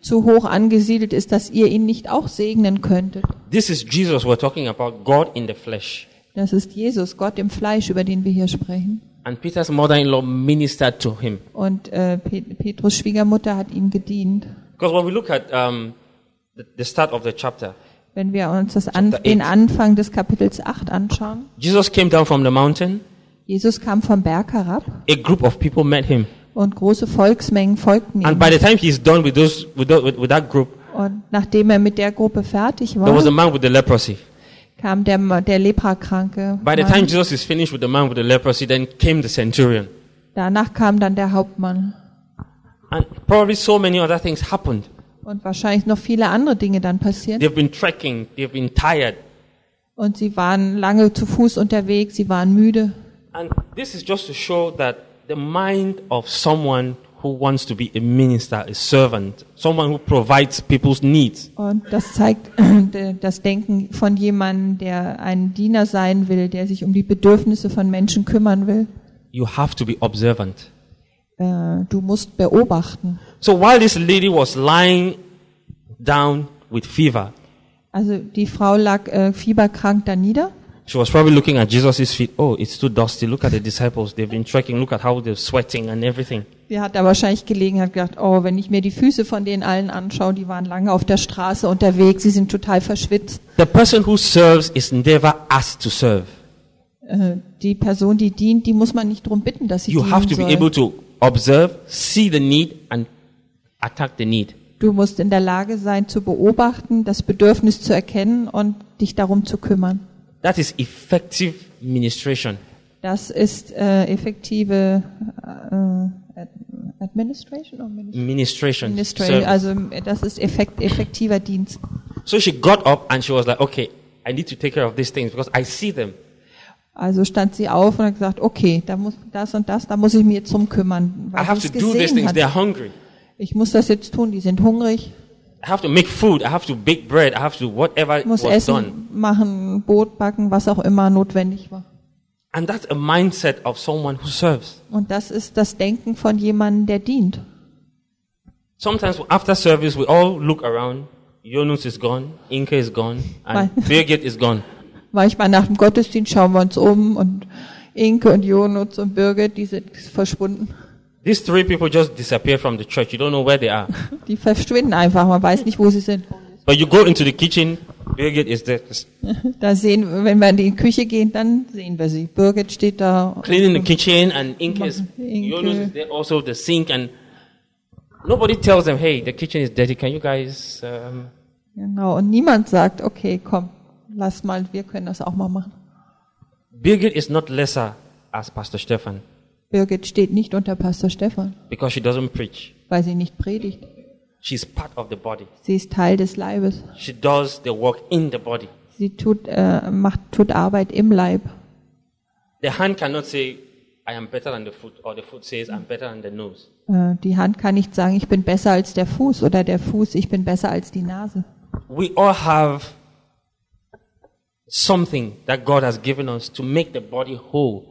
Speaker 2: zu hoch angesiedelt ist, dass ihr ihn nicht auch segnen könntet.
Speaker 1: This is Jesus we're talking about, God in the flesh.
Speaker 2: Das ist Jesus, Gott im Fleisch, über den wir hier sprechen.
Speaker 1: And Peter's mother-in-law ministered to him.
Speaker 2: Und äh, Pet Petrus Schwiegermutter hat ihm gedient.
Speaker 1: Because when we look at um, the, the start of the chapter,
Speaker 2: Wenn wir uns das an
Speaker 1: Chapter
Speaker 2: den
Speaker 1: eight.
Speaker 2: Anfang des Kapitels 8 anschauen.
Speaker 1: Jesus came down from the mountain.
Speaker 2: Jesus kam vom Berg herab
Speaker 1: A group of people met him,
Speaker 2: und große Volksmengen folgten
Speaker 1: and
Speaker 2: ihm.
Speaker 1: by the time he's done with those with, tho- with, with that group,
Speaker 2: Und nachdem er mit der Gruppe fertig
Speaker 1: there was a
Speaker 2: war,
Speaker 1: man with the leprosy.
Speaker 2: kam der, Ma- der Leprakranke.
Speaker 1: By the
Speaker 2: Mann.
Speaker 1: time Jesus is finished with the man with the leprosy, then came the centurion,
Speaker 2: Danach kam dann der Hauptmann.
Speaker 1: and probably so many other things happened.
Speaker 2: Und wahrscheinlich noch viele andere Dinge dann passieren.
Speaker 1: They've been trekking, they've been tired,
Speaker 2: Und sie waren lange zu Fuß unterwegs, sie waren müde.
Speaker 1: and this is just to show that the mind of someone who wants to be a minister, a servant, someone who provides people's needs.
Speaker 2: Und das zeigt (clears throat) äh, das Denken von jemandem, der ein Diener sein will, der sich um die Bedürfnisse von Menschen kümmern will.
Speaker 1: you have to be observant.
Speaker 2: Äh, Du musst beobachten.
Speaker 1: So while this lady was lying down with fever,
Speaker 2: Also die Frau lag äh, fieberkrank da nieder
Speaker 1: she was probably looking at Jesus' feet. Oh, it's too dusty. Look at the disciples. They've been trekking. Look at how they're sweating and everything.
Speaker 2: Sie hat da wahrscheinlich gelegen, hat gedacht, oh, wenn ich mir die Füße von denen allen anschaue, die waren lange auf der Straße unterwegs, sie sind total verschwitzt.
Speaker 1: The person who serves is never asked to serve.
Speaker 2: Äh, die Person, die dient, die muss man nicht drum bitten, dass sie
Speaker 1: You have
Speaker 2: dienen
Speaker 1: to be
Speaker 2: soll.
Speaker 1: able to observe, see the need, and attack the need.
Speaker 2: Du musst in der Lage sein, zu beobachten, das Bedürfnis zu erkennen und dich darum zu kümmern.
Speaker 1: That is effective ministration.
Speaker 2: Das ist äh, effektive äh, Ad- Administration, or Ministry?
Speaker 1: Ministration.
Speaker 2: Administration.
Speaker 1: Mm. Service.
Speaker 2: also äh, das ist effekt, effektiver Dienst.
Speaker 1: so she got up and she was like, okay, I need to take care of these things because I see them.
Speaker 2: Also stand sie auf und hat gesagt, okay, da muss das und das, da muss ich mir jetzt drum kümmern.
Speaker 1: I
Speaker 2: Weil
Speaker 1: have
Speaker 2: sie
Speaker 1: to
Speaker 2: es
Speaker 1: do these
Speaker 2: gesehen
Speaker 1: things. They're
Speaker 2: hat.
Speaker 1: hungry.
Speaker 2: Ich muss das jetzt tun, die sind hungrig,
Speaker 1: I have to make food. I have to bake bread. I have to whatever
Speaker 2: muss
Speaker 1: was
Speaker 2: Essen
Speaker 1: done.
Speaker 2: machen, Brot backen, was auch immer notwendig war.
Speaker 1: And that's a mindset of someone who serves.
Speaker 2: Und das ist das Denken von jemandem, der dient.
Speaker 1: Sometimes after service, we all look around. Yonus is gone. Inka is gone. And
Speaker 2: Right.
Speaker 1: Birgit is gone.
Speaker 2: Manchmal nach dem Gottesdienst schauen wir uns um und Inke und Jonutz und Birgit, die sind verschwunden.
Speaker 1: These three people just disappear from the church. You don't know where they are.
Speaker 2: Die verschwinden einfach, man weiß nicht, wo sie sind.
Speaker 1: But you go into the kitchen. Birgit is there just
Speaker 2: Da sehen, wenn wir in die Küche gehen, dann sehen wir sie. Birgit steht da.
Speaker 1: cleaning the kitchen and Inka is,
Speaker 2: Inke.
Speaker 1: Yonus is there also the sink and nobody tells them, hey, the kitchen is dirty. Can you guys, um,
Speaker 2: Genau. Und niemand sagt, okay, komm, lass mal, wir können das auch mal machen.
Speaker 1: Birgit is not lesser as Pastor Stefan
Speaker 2: Birgit steht nicht unter Pastor Stefan,
Speaker 1: because she doesn't preach.
Speaker 2: weil sie nicht predigt.
Speaker 1: She's part of the body.
Speaker 2: Sie ist Teil des Leibes.
Speaker 1: She does the work in the body.
Speaker 2: Sie tut, äh, macht, tut Arbeit im Leib.
Speaker 1: The hand cannot say, I am better than the foot, or the foot says, I'm better than the nose.
Speaker 2: Äh, die Hand kann nicht sagen, ich bin besser als der Fuß oder der Fuß, ich bin besser als die Nase.
Speaker 1: We all have something that God has given us to make the body whole.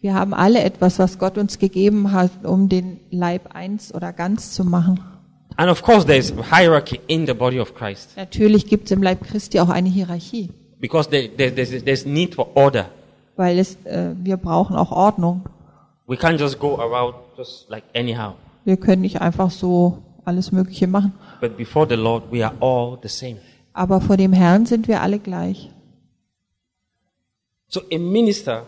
Speaker 2: Wir haben alle etwas, was Gott uns gegeben hat, um den Leib eins oder ganz zu machen.
Speaker 1: And of course, there is hierarchy in the body of Christ
Speaker 2: Natürlich gibt es im Leib Christi auch eine Hierarchie,
Speaker 1: because there, there, there's, there's need for order.
Speaker 2: weil es, äh, wir brauchen auch Ordnung.
Speaker 1: We can't just go around just like anyhow.
Speaker 2: Wir können nicht einfach so alles Mögliche machen.
Speaker 1: But before the Lord, we are all the same.
Speaker 2: Aber vor dem Herrn sind wir alle gleich.
Speaker 1: So a minister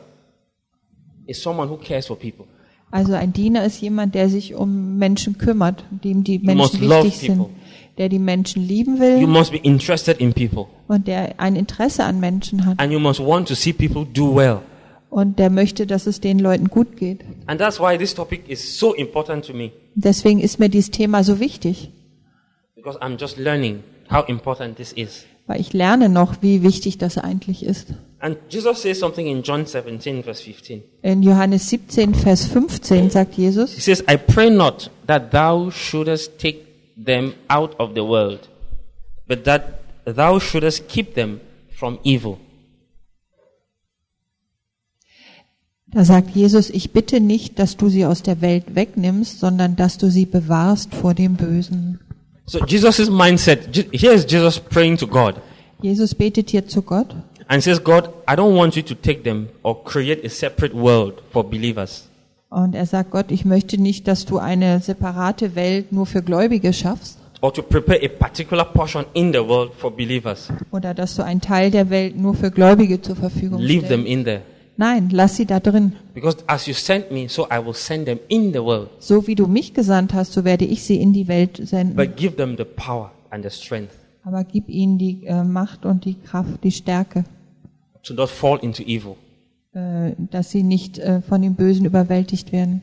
Speaker 1: is someone who cares for people.
Speaker 2: Also ein Diener ist jemand, der sich um Menschen kümmert, dem die
Speaker 1: must
Speaker 2: Menschen
Speaker 1: love
Speaker 2: wichtig sind,
Speaker 1: people.
Speaker 2: der die Menschen lieben
Speaker 1: You
Speaker 2: will
Speaker 1: must be interested in people,
Speaker 2: und der ein Interesse an Menschen hat
Speaker 1: and you must want to see people do well.
Speaker 2: und der möchte, dass es den Leuten gut geht.
Speaker 1: And that's why this topic is so important to me,
Speaker 2: Deswegen ist mir dieses Thema so wichtig,
Speaker 1: because I'm just learning how important this is.
Speaker 2: weil ich lerne noch, wie wichtig das eigentlich ist.
Speaker 1: And Jesus says something in John 17, verse 15.
Speaker 2: In Johannes 17, Vers 15 sagt Jesus,
Speaker 1: He says, I pray not that thou shouldest take them out of the world, but that thou shouldest keep them from evil.
Speaker 2: da sagt Jesus, ich bitte nicht, dass du sie aus der Welt wegnimmst, sondern dass du sie bewahrst vor dem Bösen.
Speaker 1: So Jesus' mindset, Je- here is Jesus praying to God
Speaker 2: Jesus betet hier zu Gott
Speaker 1: and says, God, I don't want you to take them or create a separate world for believers.
Speaker 2: Und er sagt Gott, ich möchte nicht, dass du eine separate Welt nur für Gläubige schaffst
Speaker 1: or to prepare a particular portion in the world for believers.
Speaker 2: oder dass du einen Teil der Welt nur für Gläubige zur Verfügung
Speaker 1: Leave them
Speaker 2: stellst.
Speaker 1: in there.
Speaker 2: Nein, lass sie da drin.
Speaker 1: Because as you sent me, so I will send them in the world.
Speaker 2: So wie du mich gesandt hast, so werde ich sie in die Welt senden.
Speaker 1: But give them the power and the strength
Speaker 2: Aber gib ihnen die äh, Macht und die Kraft, die Stärke,
Speaker 1: to not fall into evil.
Speaker 2: äh, dass sie nicht äh, von dem Bösen überwältigt werden.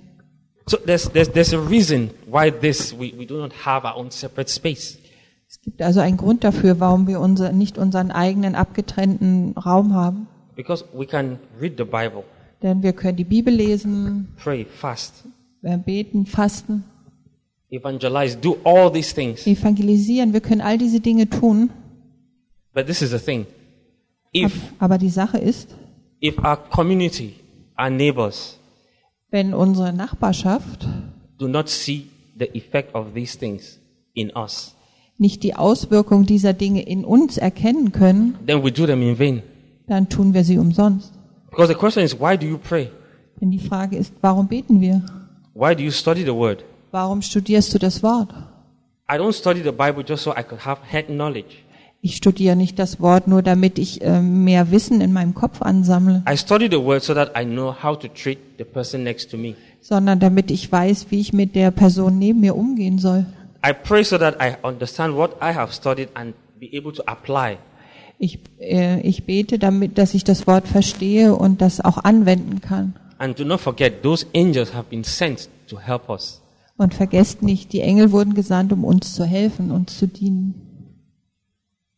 Speaker 1: So there's, there's, there's a reason why this, we, we do not have our own separate space.
Speaker 2: Es gibt also einen Grund dafür, warum wir unser, nicht unseren eigenen abgetrennten Raum haben.
Speaker 1: Because we can read the Bible,
Speaker 2: Denn wir können die Bibel lesen,
Speaker 1: pray, fast,
Speaker 2: äh, beten, fasten.
Speaker 1: evangelize, do all these things.
Speaker 2: evangelisieren, wir können all diese Dinge tun,
Speaker 1: But this is the thing. If,
Speaker 2: ab- aber die Sache ist,
Speaker 1: if our community, our neighbors,
Speaker 2: wenn unsere Nachbarschaft
Speaker 1: do not see the effect of these things in us,
Speaker 2: nicht die Auswirkung dieser Dinge in uns erkennen können,
Speaker 1: then we do them in vain.
Speaker 2: dann tun wir sie umsonst.
Speaker 1: Because the question is, why do you pray?
Speaker 2: Denn die Frage ist, warum beten wir?
Speaker 1: Why do you study the Word?
Speaker 2: Warum studierst du das Wort?
Speaker 1: I don't study the Bible just so I could have head knowledge.
Speaker 2: Ich studiere nicht das Wort nur, damit ich äh, mehr Wissen in meinem Kopf ansammle,
Speaker 1: I study the Word so that I know how to treat the person next to me.
Speaker 2: sondern damit ich weiß, wie ich mit der Person neben mir umgehen soll.
Speaker 1: I pray so that I understand what I have studied and be able to apply.
Speaker 2: Ich, äh, ich bete damit, dass ich das Wort verstehe und das auch anwenden kann.
Speaker 1: And do not forget, those angels have been sent to help us.
Speaker 2: Und vergesst nicht, die Engel wurden gesandt, um uns zu helfen, uns zu dienen.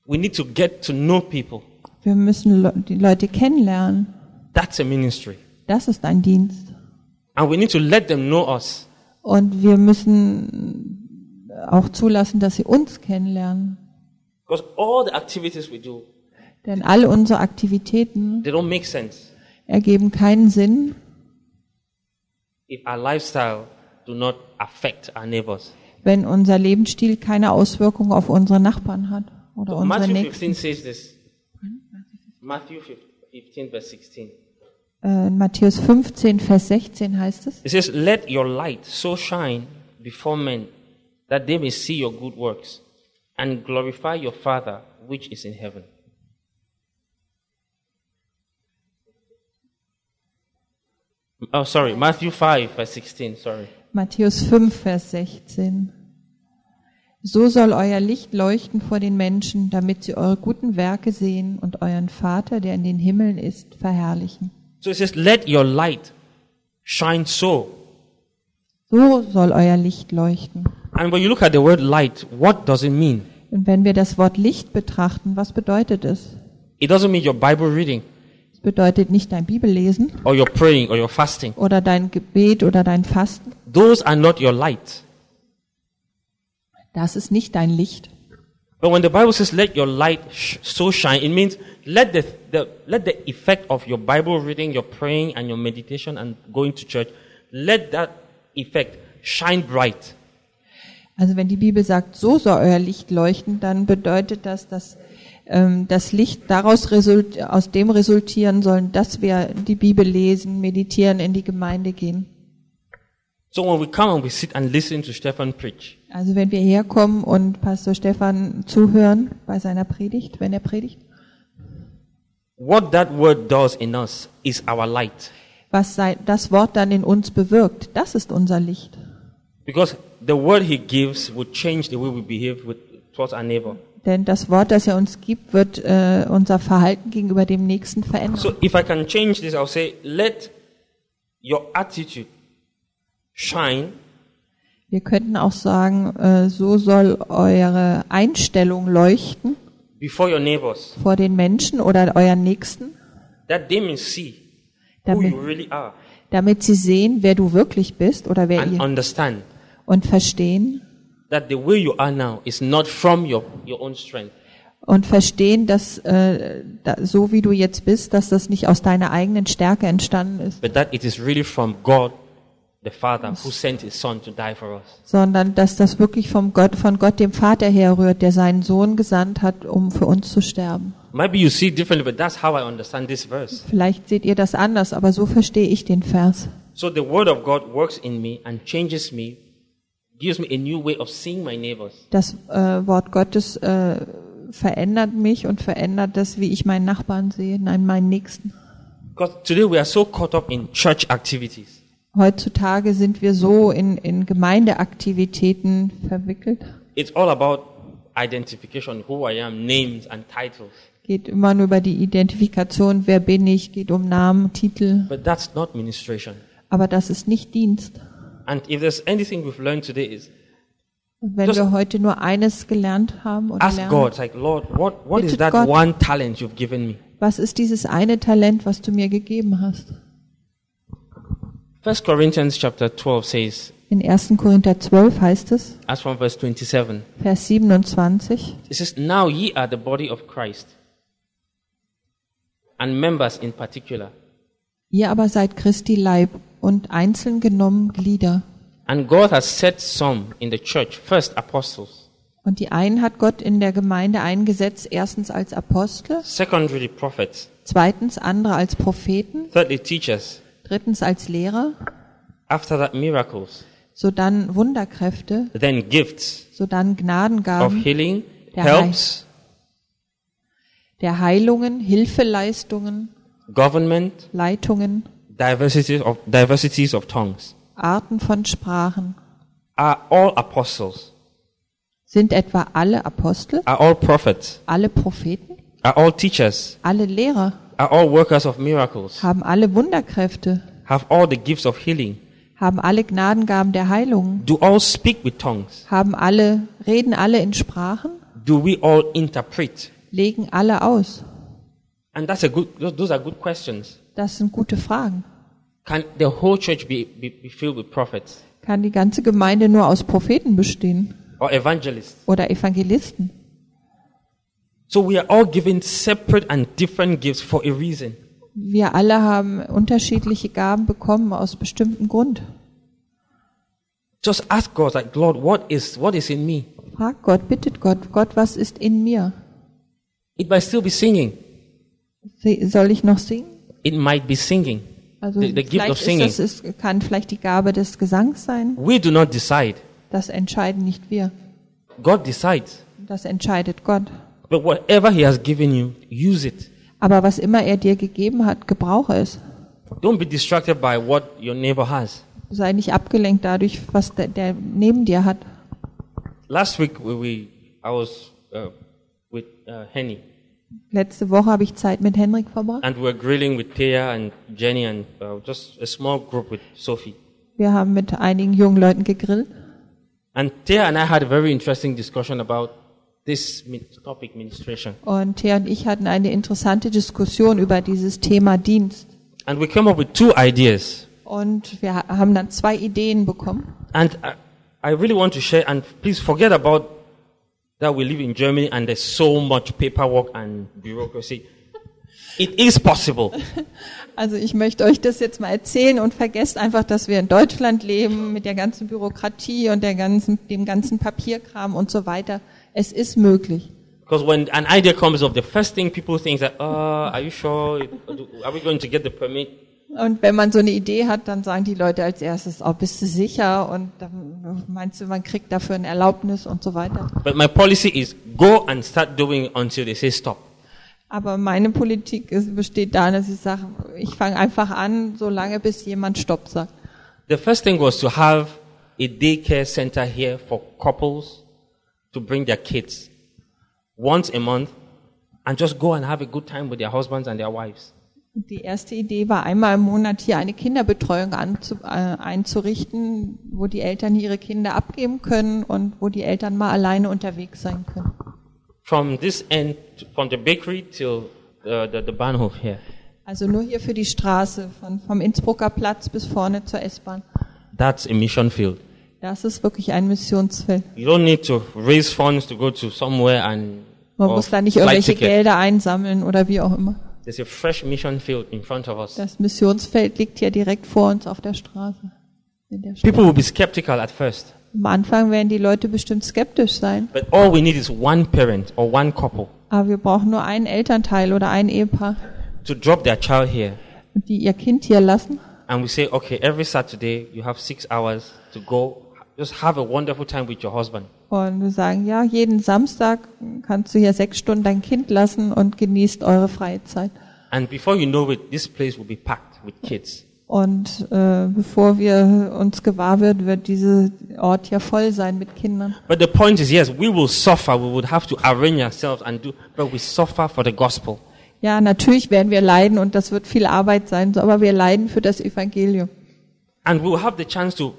Speaker 1: We need to get to know people.
Speaker 2: Wir müssen Le die Leute kennenlernen.
Speaker 1: That's a ministry.
Speaker 2: Das ist ein Dienst.
Speaker 1: And we need to let them know us.
Speaker 2: Und wir müssen auch zulassen, dass sie uns kennenlernen.
Speaker 1: Because all the activities we do,
Speaker 2: Denn all unsere Aktivitäten
Speaker 1: they don't make sense
Speaker 2: ergeben keinen Sinn,
Speaker 1: if our lifestyle do not affect our neighbors.
Speaker 2: wenn unser Lebensstil keine Auswirkungen auf unsere Nachbarn hat oder unsere
Speaker 1: Matthew
Speaker 2: Nächsten.
Speaker 1: 15 says this. Matthew 15, verse 16.
Speaker 2: Äh, in Matthäus 15, Vers 16 heißt es,
Speaker 1: It says, Let your light so shine before men that they may see your good works and glorify your Father which is in heaven. Oh, sorry, Matthew 5, verse 16. Sorry.
Speaker 2: Matthäus 5, Vers 16. So soll euer Licht leuchten vor den Menschen, damit sie eure guten Werke sehen und euren Vater, der in den Himmeln ist, verherrlichen.
Speaker 1: So it says, Let your light shine so.
Speaker 2: So soll euer Licht leuchten.
Speaker 1: And when you look at the word light, what does it mean?
Speaker 2: Und wenn wir das Wort Licht betrachten, was bedeutet es?
Speaker 1: It doesn't mean your Bible reading
Speaker 2: Es bedeutet nicht dein Bibellesen
Speaker 1: or your praying or your fasting.
Speaker 2: oder dein Gebet oder dein Fasten.
Speaker 1: Those are not your light.
Speaker 2: Das ist nicht dein Licht.
Speaker 1: But when the Bible says, let your light sh- so shine, it means let the, the, let the effect of your Bible reading, your praying, and your meditation and going to church, let that effect shine bright.
Speaker 2: Also wenn die Bibel sagt, so soll euer Licht leuchten, dann bedeutet das, dass ähm, das Licht daraus result aus dem resultieren soll, dass wir die Bibel lesen, meditieren, in die Gemeinde gehen.
Speaker 1: So when we come and we sit and listen to Stefan preach,
Speaker 2: Also wenn wir herkommen und Pastor Stefan zuhören bei seiner Predigt, wenn er predigt,
Speaker 1: what that word does in us is our light.
Speaker 2: was sei, das Wort dann in uns bewirkt, das ist unser Licht.
Speaker 1: Because the word he gives will change the way we behave with, towards our neighbor.
Speaker 2: Denn das Wort, das er uns gibt, wird äh, unser Verhalten gegenüber dem Nächsten verändern.
Speaker 1: So if I can change this, I'll say, let your attitude shine
Speaker 2: Wir könnten auch sagen, äh, so soll eure Einstellung leuchten
Speaker 1: before your neighbors,
Speaker 2: vor den Menschen oder euren Nächsten,
Speaker 1: that they may see who
Speaker 2: damit,
Speaker 1: you really are
Speaker 2: damit sie sehen, wer du wirklich bist oder wer
Speaker 1: and
Speaker 2: ihr
Speaker 1: understand
Speaker 2: und verstehen
Speaker 1: that the way you are now is not from your, your own strength.
Speaker 2: und verstehen, dass äh, da, so wie du jetzt bist, dass das nicht aus deiner eigenen Stärke entstanden ist,
Speaker 1: but that it is really from God the Father who sent his Son to die for us.
Speaker 2: sondern dass das wirklich vom Gott, von Gott dem Vater herrührt, der seinen Sohn gesandt hat, um für uns zu sterben.
Speaker 1: Maybe you see it differently, but that's how I understand this verse.
Speaker 2: Vielleicht seht ihr das anders, aber so verstehe ich den Vers.
Speaker 1: So the Word of God works in me and changes me, gives me a new way of seeing my neighbors.
Speaker 2: Das äh, Wort Gottes äh, verändert mich und verändert das, wie ich meinen Nachbarn sehe, nein, meinen Nächsten.
Speaker 1: Because today we are so caught up in church activities.
Speaker 2: Heutzutage sind wir so in, in Gemeindeaktivitäten verwickelt.
Speaker 1: It's all about identification, who I am, names and titles.
Speaker 2: Geht immer nur über die Identifikation, wer bin ich, geht um Namen, Titel.
Speaker 1: But that's not ministration.
Speaker 2: Aber das ist nicht Dienst.
Speaker 1: And if there's anything we've learned today is
Speaker 2: Und wenn
Speaker 1: Das-
Speaker 2: wir heute nur eines gelernt haben oder
Speaker 1: ask
Speaker 2: lernen,
Speaker 1: God, like Lord, what, what is
Speaker 2: Bitte
Speaker 1: that
Speaker 2: Gott.
Speaker 1: one talent you've given me?
Speaker 2: was ist dieses eine Talent, was du mir gegeben hast?
Speaker 1: First Corinthians chapter 12 says,
Speaker 2: In 1. Korinther 12 heißt es,
Speaker 1: as from verse 27.
Speaker 2: Vers 27,
Speaker 1: It says, Now ye are the body of Christ, and members in particular.
Speaker 2: Ihr aber seid Christi Leib und einzeln genommen Glieder.
Speaker 1: And God has set some in the church, first apostles,
Speaker 2: Und die einen hat Gott in der Gemeinde eingesetzt, erstens als Apostel,
Speaker 1: secondly prophets,
Speaker 2: zweitens andere als Propheten,
Speaker 1: thirdly teachers,
Speaker 2: drittens als Lehrer,
Speaker 1: after that miracles,
Speaker 2: sodann Wunderkräfte,
Speaker 1: then gifts
Speaker 2: sodann
Speaker 1: of
Speaker 2: Gnadengaben
Speaker 1: healing,
Speaker 2: Der
Speaker 1: helps,
Speaker 2: der Heilungen, Hilfeleistungen,
Speaker 1: government,
Speaker 2: Leitungen,
Speaker 1: diversities of, diversities of tongues,
Speaker 2: Arten von Sprachen.
Speaker 1: are all apostles,
Speaker 2: Sind etwa alle Apostel,
Speaker 1: are all prophets,
Speaker 2: alle Propheten,
Speaker 1: are all teachers,
Speaker 2: alle Lehrer,
Speaker 1: are all workers of miracles,
Speaker 2: haben alle Wunderkräfte,
Speaker 1: have all the gifts of healing,
Speaker 2: haben alle Gnadengaben der Heilungen.
Speaker 1: do all speak with tongues.
Speaker 2: haben alle, reden alle in Sprachen,
Speaker 1: do we all interpret?
Speaker 2: legen alle aus?
Speaker 1: And that's a good, those those are good questions.
Speaker 2: Das sind gute Fragen.
Speaker 1: Can the whole church be, be, be filled with prophets
Speaker 2: Kann die ganze Gemeinde nur aus Propheten bestehen
Speaker 1: or evangelists?
Speaker 2: oder Evangelisten?
Speaker 1: So we are all given separate and different gifts for a reason.
Speaker 2: Wir alle haben unterschiedliche Gaben bekommen aus bestimmten Grund.
Speaker 1: Just ask God, like, Lord, what is, what is in me?
Speaker 2: Fragt Gott, bittet Gott, Gott, was ist in mir?
Speaker 1: It might still be singing.
Speaker 2: Se- Soll ich noch singen?
Speaker 1: It might be singing.
Speaker 2: Also
Speaker 1: The- the gift of
Speaker 2: vielleicht
Speaker 1: singing.
Speaker 2: ist das, es kann vielleicht die Gabe des Gesangs sein.
Speaker 1: We do not decide.
Speaker 2: Das entscheiden nicht wir.
Speaker 1: God decides.
Speaker 2: Das entscheidet Gott.
Speaker 1: But whatever He has given you, use it.
Speaker 2: Aber was immer er dir gegeben hat, gebrauche es.
Speaker 1: Don't be distracted by what your neighbor has.
Speaker 2: Sei nicht abgelenkt dadurch, was der, der neben dir hat.
Speaker 1: Last week, we, we I was uh, with uh, Henny.
Speaker 2: Letzte Woche habe ich Zeit mit Henrik verbracht.
Speaker 1: And we were grilling with Thea and Jenny and uh, just a small group with Sophie.
Speaker 2: Wir haben mit einigen jungen Leuten gegrillt.
Speaker 1: And Thea and I had a very interesting discussion about this min- topic, ministration.
Speaker 2: Und Thea und ich hatten eine interessante Diskussion über dieses Thema Dienst.
Speaker 1: And we came up with two ideas.
Speaker 2: Und wir ha- haben dann zwei Ideen bekommen.
Speaker 1: And I, I really want to share, and please forget about that we live in Germany and there's so much paperwork and bureaucracy. It is possible.
Speaker 2: Also ich möchte euch das jetzt mal erzählen und vergesst einfach, dass wir in Deutschland leben mit der ganzen Bürokratie und der ganzen, dem ganzen Papierkram und so weiter. Es ist möglich.
Speaker 1: Because when an idea comes up, the first thing people think is that, uh, are you sure? Are we going to get the permit?
Speaker 2: Und wenn man so eine Idee hat, dann sagen die Leute als erstes, oh, bist du sicher? Und dann meinst du, man kriegt dafür ein Erlaubnis und so weiter.
Speaker 1: But my policy is go and start doing it until they say stop.
Speaker 2: Aber meine Politik ist, besteht darin, dass ich sage, ich fange einfach an, solange bis jemand Stopp sagt.
Speaker 1: The first thing was to have a daycare center here for couples to bring their kids once a month and just go and have a good time with their husbands and their wives.
Speaker 2: Und Die erste Idee war, einmal im Monat hier eine Kinderbetreuung anzu, äh, einzurichten, wo die Eltern ihre Kinder abgeben können und wo die Eltern mal alleine unterwegs sein können.
Speaker 1: From this end, from the bakery till the, the, the Bahnhof here.
Speaker 2: Also nur hier für die Straße, von, vom Innsbrucker Platz bis vorne zur S-Bahn.
Speaker 1: That's a mission field.
Speaker 2: Das ist wirklich ein Missionsfeld.
Speaker 1: You don't need to raise funds to go to somewhere and
Speaker 2: Man
Speaker 1: or
Speaker 2: muss da nicht
Speaker 1: flight
Speaker 2: irgendwelche
Speaker 1: ticket.
Speaker 2: Gelder einsammeln oder wie auch immer.
Speaker 1: There's a fresh mission field in front of us.
Speaker 2: Das Missionsfeld liegt hier direkt vor uns auf der Straße. In der Stadt.
Speaker 1: People will be skeptical at first,
Speaker 2: Am Anfang werden die Leute bestimmt skeptisch sein,
Speaker 1: but all we need is one parent or one couple
Speaker 2: aber wir brauchen nur einen Elternteil oder ein Ehepaar,
Speaker 1: to drop their child here.
Speaker 2: die ihr Kind hier lassen.
Speaker 1: And we say, okay, every Saturday you have six hours to go. Just have a wonderful time with your husband.
Speaker 2: Und wir sagen, ja, jeden Samstag kannst du hier sechs Stunden dein Kind lassen und genießt eure freie Zeit.
Speaker 1: And before you know it, this place will be packed with kids.
Speaker 2: Und äh, bevor wir uns gewahr wird, wird dieser Ort hier voll sein mit Kindern.
Speaker 1: But the point is, yes, we will suffer. We would have to arrange ourselves and do, but we suffer for the gospel.
Speaker 2: Ja, natürlich werden wir leiden und das wird viel Arbeit sein, so, aber wir leiden für das Evangelium.
Speaker 1: And we will have the chance to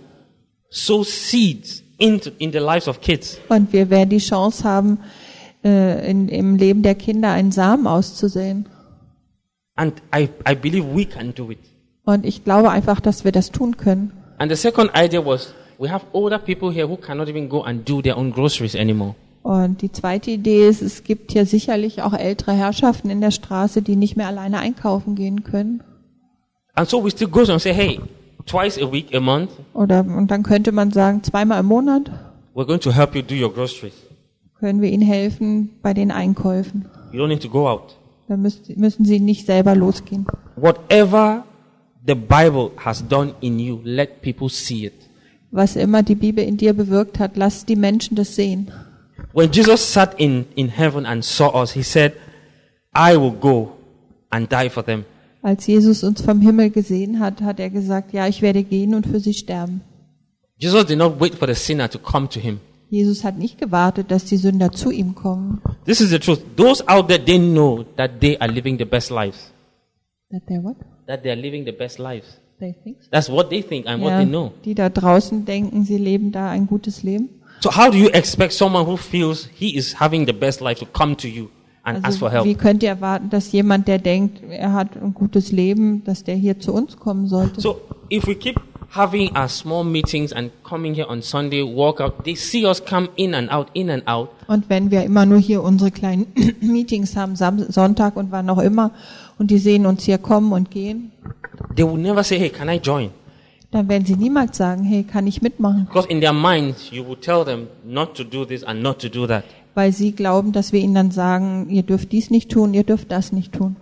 Speaker 1: sow seeds into, in the lives of kids.
Speaker 2: Und wir werden die Chance haben, äh, in, im Leben der Kinder einen Samen auszusehen.
Speaker 1: And I, I believe we can do it.
Speaker 2: Und ich glaube einfach, dass wir das tun können.
Speaker 1: And the second idea was we have older people here who cannot even go and do their own groceries anymore.
Speaker 2: Und die zweite Idee ist, es gibt hier sicherlich auch ältere Herrschaften in der Straße, die nicht mehr alleine einkaufen gehen können.
Speaker 1: And so we still go and say, hey, twice a week, a month,
Speaker 2: Oder, und dann könnte man sagen, zweimal im Monat
Speaker 1: we're going to help you do your groceries.
Speaker 2: können wir ihnen helfen bei den Einkäufen.
Speaker 1: You don't need to go out.
Speaker 2: Dann müsst, müssen sie nicht selber losgehen.
Speaker 1: Whatever the Bible has done in you, let people see it.
Speaker 2: Was immer die Bibel in dir bewirkt hat, lass die Menschen das sehen.
Speaker 1: When Jesus sat in, in heaven and saw us, he said, I will go and die for them.
Speaker 2: Als Jesus uns vom Himmel gesehen hat, hat er gesagt, ja, ich werde gehen und für sie sterben.
Speaker 1: Jesus did not wait for the sinner to come to him.
Speaker 2: Jesus hat nicht gewartet, dass die Sünder zu ihm kommen.
Speaker 1: This is the truth. Those out there, they know that they are living the best lives.
Speaker 2: That they what?
Speaker 1: That they are living the best lives.
Speaker 2: They think so.
Speaker 1: That's what they think and what
Speaker 2: Ja,
Speaker 1: they know.
Speaker 2: die da draußen denken, sie leben da ein gutes Leben.
Speaker 1: So how do you expect someone who feels he is having the best life to come to you and ask
Speaker 2: Also,
Speaker 1: for help?
Speaker 2: wie könnt ihr erwarten, dass jemand, der denkt, er hat ein gutes Leben, dass der hier zu uns kommen sollte?
Speaker 1: So if we keep having our small meetings and coming here on Sunday, walk out, they see us come in and out, in and out.
Speaker 2: Und wenn wir immer nur hier unsere kleinen (clears throat) Meetings haben, Sam Sonntag und wann auch immer, und die sehen uns hier kommen und gehen,
Speaker 1: They will never say, "Hey, can I join?"
Speaker 2: dann werden sie niemals sagen, hey, kann ich mitmachen?
Speaker 1: Because in their minds, you will tell them not to do this and not to do that.
Speaker 2: Weil sie glauben, dass wir ihnen dann sagen, ihr dürft dies nicht tun, ihr dürft das nicht tun.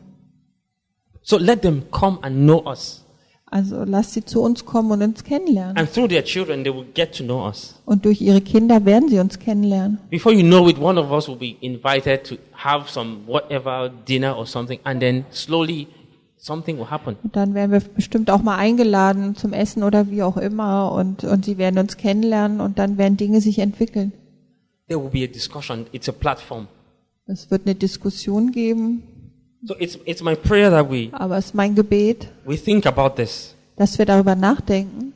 Speaker 1: So let them come and know us,
Speaker 2: Also lasst sie zu uns kommen und uns kennenlernen.
Speaker 1: and through their children, they will get to know us.
Speaker 2: Und durch ihre Kinder werden sie uns kennenlernen.
Speaker 1: Before you know it, one of us will be invited to have some whatever dinner or something, and then slowly something will happen.
Speaker 2: Und dann werden wir bestimmt auch mal eingeladen zum Essen oder wie auch immer und, und sie werden uns kennenlernen und dann werden Dinge sich entwickeln.
Speaker 1: There will be a discussion. It's a platform.
Speaker 2: Es wird eine Diskussion geben,
Speaker 1: So it's it's my prayer that we
Speaker 2: aber es ist mein Gebet,
Speaker 1: we think about this.
Speaker 2: dass wir darüber nachdenken.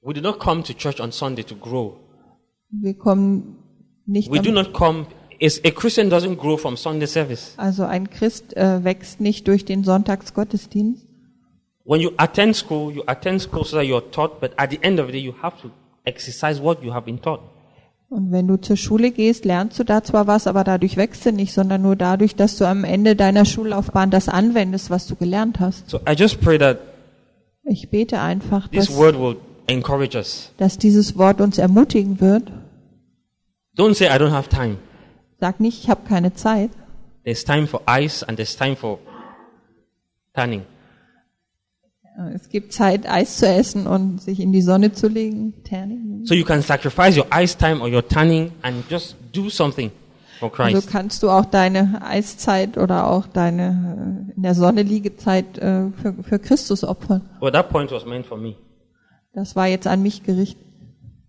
Speaker 1: We do not come to church on Sunday to grow.
Speaker 2: Wir kommen nicht
Speaker 1: We do
Speaker 2: am,
Speaker 1: not come. Is a Christian doesn't grow from Sunday service.
Speaker 2: also ein Christ äh, wächst nicht durch den Sonntagsgottesdienst.
Speaker 1: When you attend school, you attend school so that you're taught, but at the end of the day, you have to exercise what you have been taught.
Speaker 2: Und wenn du zur Schule gehst, lernst du da zwar was, aber dadurch wächst du nicht, sondern nur dadurch, dass du am Ende deiner Schullaufbahn das anwendest, was du gelernt hast.
Speaker 1: So I just pray that
Speaker 2: Ich bete einfach,
Speaker 1: this
Speaker 2: dass,
Speaker 1: word will encourage us.
Speaker 2: dass dieses Wort uns ermutigen wird.
Speaker 1: Don't say I don't have time.
Speaker 2: Sag nicht, ich habe keine Zeit.
Speaker 1: There's time for ice and there's time for tanning.
Speaker 2: Es gibt Zeit, Eis zu essen und sich in die Sonne zu legen. Tanning.
Speaker 1: So you can sacrifice your ice time or your tanning and just do something for
Speaker 2: Also
Speaker 1: Christ.
Speaker 2: kannst du auch deine Eiszeit oder auch deine äh, in der Sonne liegezeit äh, für, für Christus opfern.
Speaker 1: Well, that point was meant for me.
Speaker 2: Das war jetzt an mich gerichtet.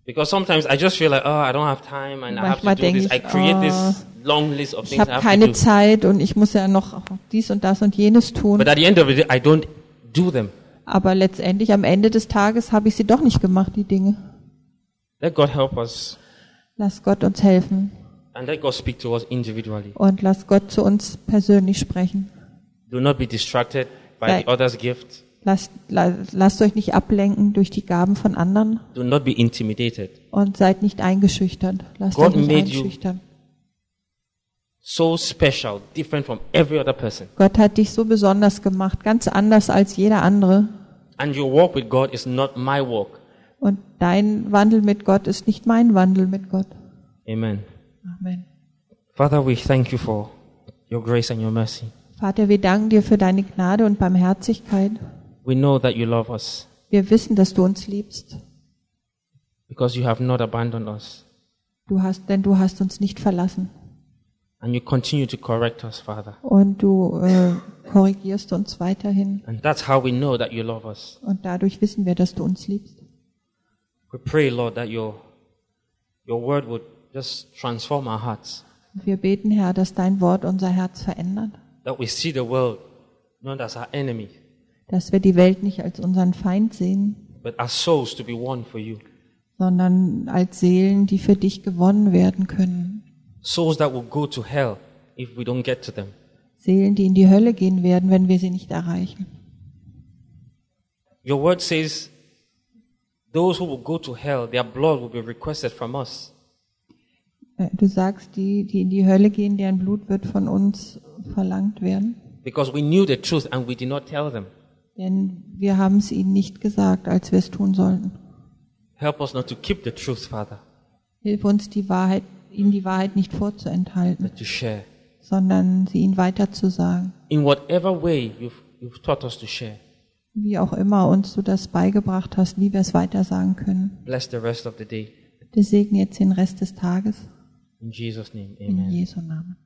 Speaker 1: Because sometimes I just feel like, oh, I don't have time and I have to
Speaker 2: Manchmal
Speaker 1: do this.
Speaker 2: denk
Speaker 1: I
Speaker 2: ich,
Speaker 1: create
Speaker 2: oh,
Speaker 1: this long list of
Speaker 2: Ich
Speaker 1: things
Speaker 2: habe
Speaker 1: I uh, have to
Speaker 2: keine
Speaker 1: do.
Speaker 2: Zeit und ich muss ja noch dies und das und jenes tun.
Speaker 1: But at the end of the day, I don't do them.
Speaker 2: Aber letztendlich am Ende des Tages habe ich sie doch nicht gemacht, die Dinge.
Speaker 1: Let God help us
Speaker 2: Lass Gott uns helfen
Speaker 1: and let God speak to us individually.
Speaker 2: und lass Gott zu uns persönlich sprechen.
Speaker 1: Do not be distracted by
Speaker 2: Right.
Speaker 1: the other's gift.
Speaker 2: Lasst, la- lasst euch nicht ablenken durch die Gaben von anderen
Speaker 1: Do not be intimidated.
Speaker 2: und seid nicht eingeschüchtert. Lasst
Speaker 1: God
Speaker 2: euch nicht
Speaker 1: made you-
Speaker 2: einschüchtern.
Speaker 1: So special, different from every other person.
Speaker 2: Gott hat dich so besonders gemacht, ganz anders als jeder andere.
Speaker 1: And your walk with God is not my walk.
Speaker 2: Und dein Wandel mit Gott ist nicht mein Wandel mit Gott.
Speaker 1: Amen.
Speaker 2: Amen.
Speaker 1: Father, we thank you for your grace and your mercy.
Speaker 2: Vater, wir danken dir für deine Gnade und Barmherzigkeit.
Speaker 1: We know that you love us
Speaker 2: Wir wissen, dass du uns liebst.
Speaker 1: because you have not abandoned us.
Speaker 2: Du hast, denn du hast uns nicht verlassen.
Speaker 1: And you continue to correct us, Father.
Speaker 2: Und du äh, korrigierst uns weiterhin.
Speaker 1: And that's how we know that you love us.
Speaker 2: Und dadurch wissen wir, dass du uns liebst.
Speaker 1: We pray, Lord, that your, your word would just transform our hearts,
Speaker 2: Und wir beten, Herr, dass dein Wort unser Herz verändert.
Speaker 1: that we see the world not as our enemy,
Speaker 2: Dass wir die Welt nicht als unseren Feind sehen,
Speaker 1: but as souls to be won for you.
Speaker 2: sondern als Seelen, die für dich gewonnen werden können.
Speaker 1: Souls that will go to hell if we don't get to them.
Speaker 2: Seelen, die in die Hölle gehen werden, wenn wir sie nicht erreichen.
Speaker 1: Your word says those who will go to hell, their blood will be requested from us.
Speaker 2: Äh, Du sagst, die, die in die Hölle gehen, deren Blut wird von uns verlangt werden.
Speaker 1: Because we knew the truth and we did not tell them.
Speaker 2: Denn wir haben es ihnen nicht gesagt, als wir es tun sollten.
Speaker 1: Help us not to keep the truth, Father,
Speaker 2: Hilf uns, die Wahrheit, ihnen die Wahrheit nicht vorzuenthalten,
Speaker 1: but to share.
Speaker 2: sondern sie ihnen weiterzusagen.
Speaker 1: In whatever way you've, you've taught us to share.
Speaker 2: Wie auch immer uns du das beigebracht hast, wie wir es weitersagen können.
Speaker 1: Bless the rest of the day.
Speaker 2: Wir segnen jetzt den Rest des Tages.
Speaker 1: In Jesus' name,
Speaker 2: In
Speaker 1: amen.
Speaker 2: Jesu Namen.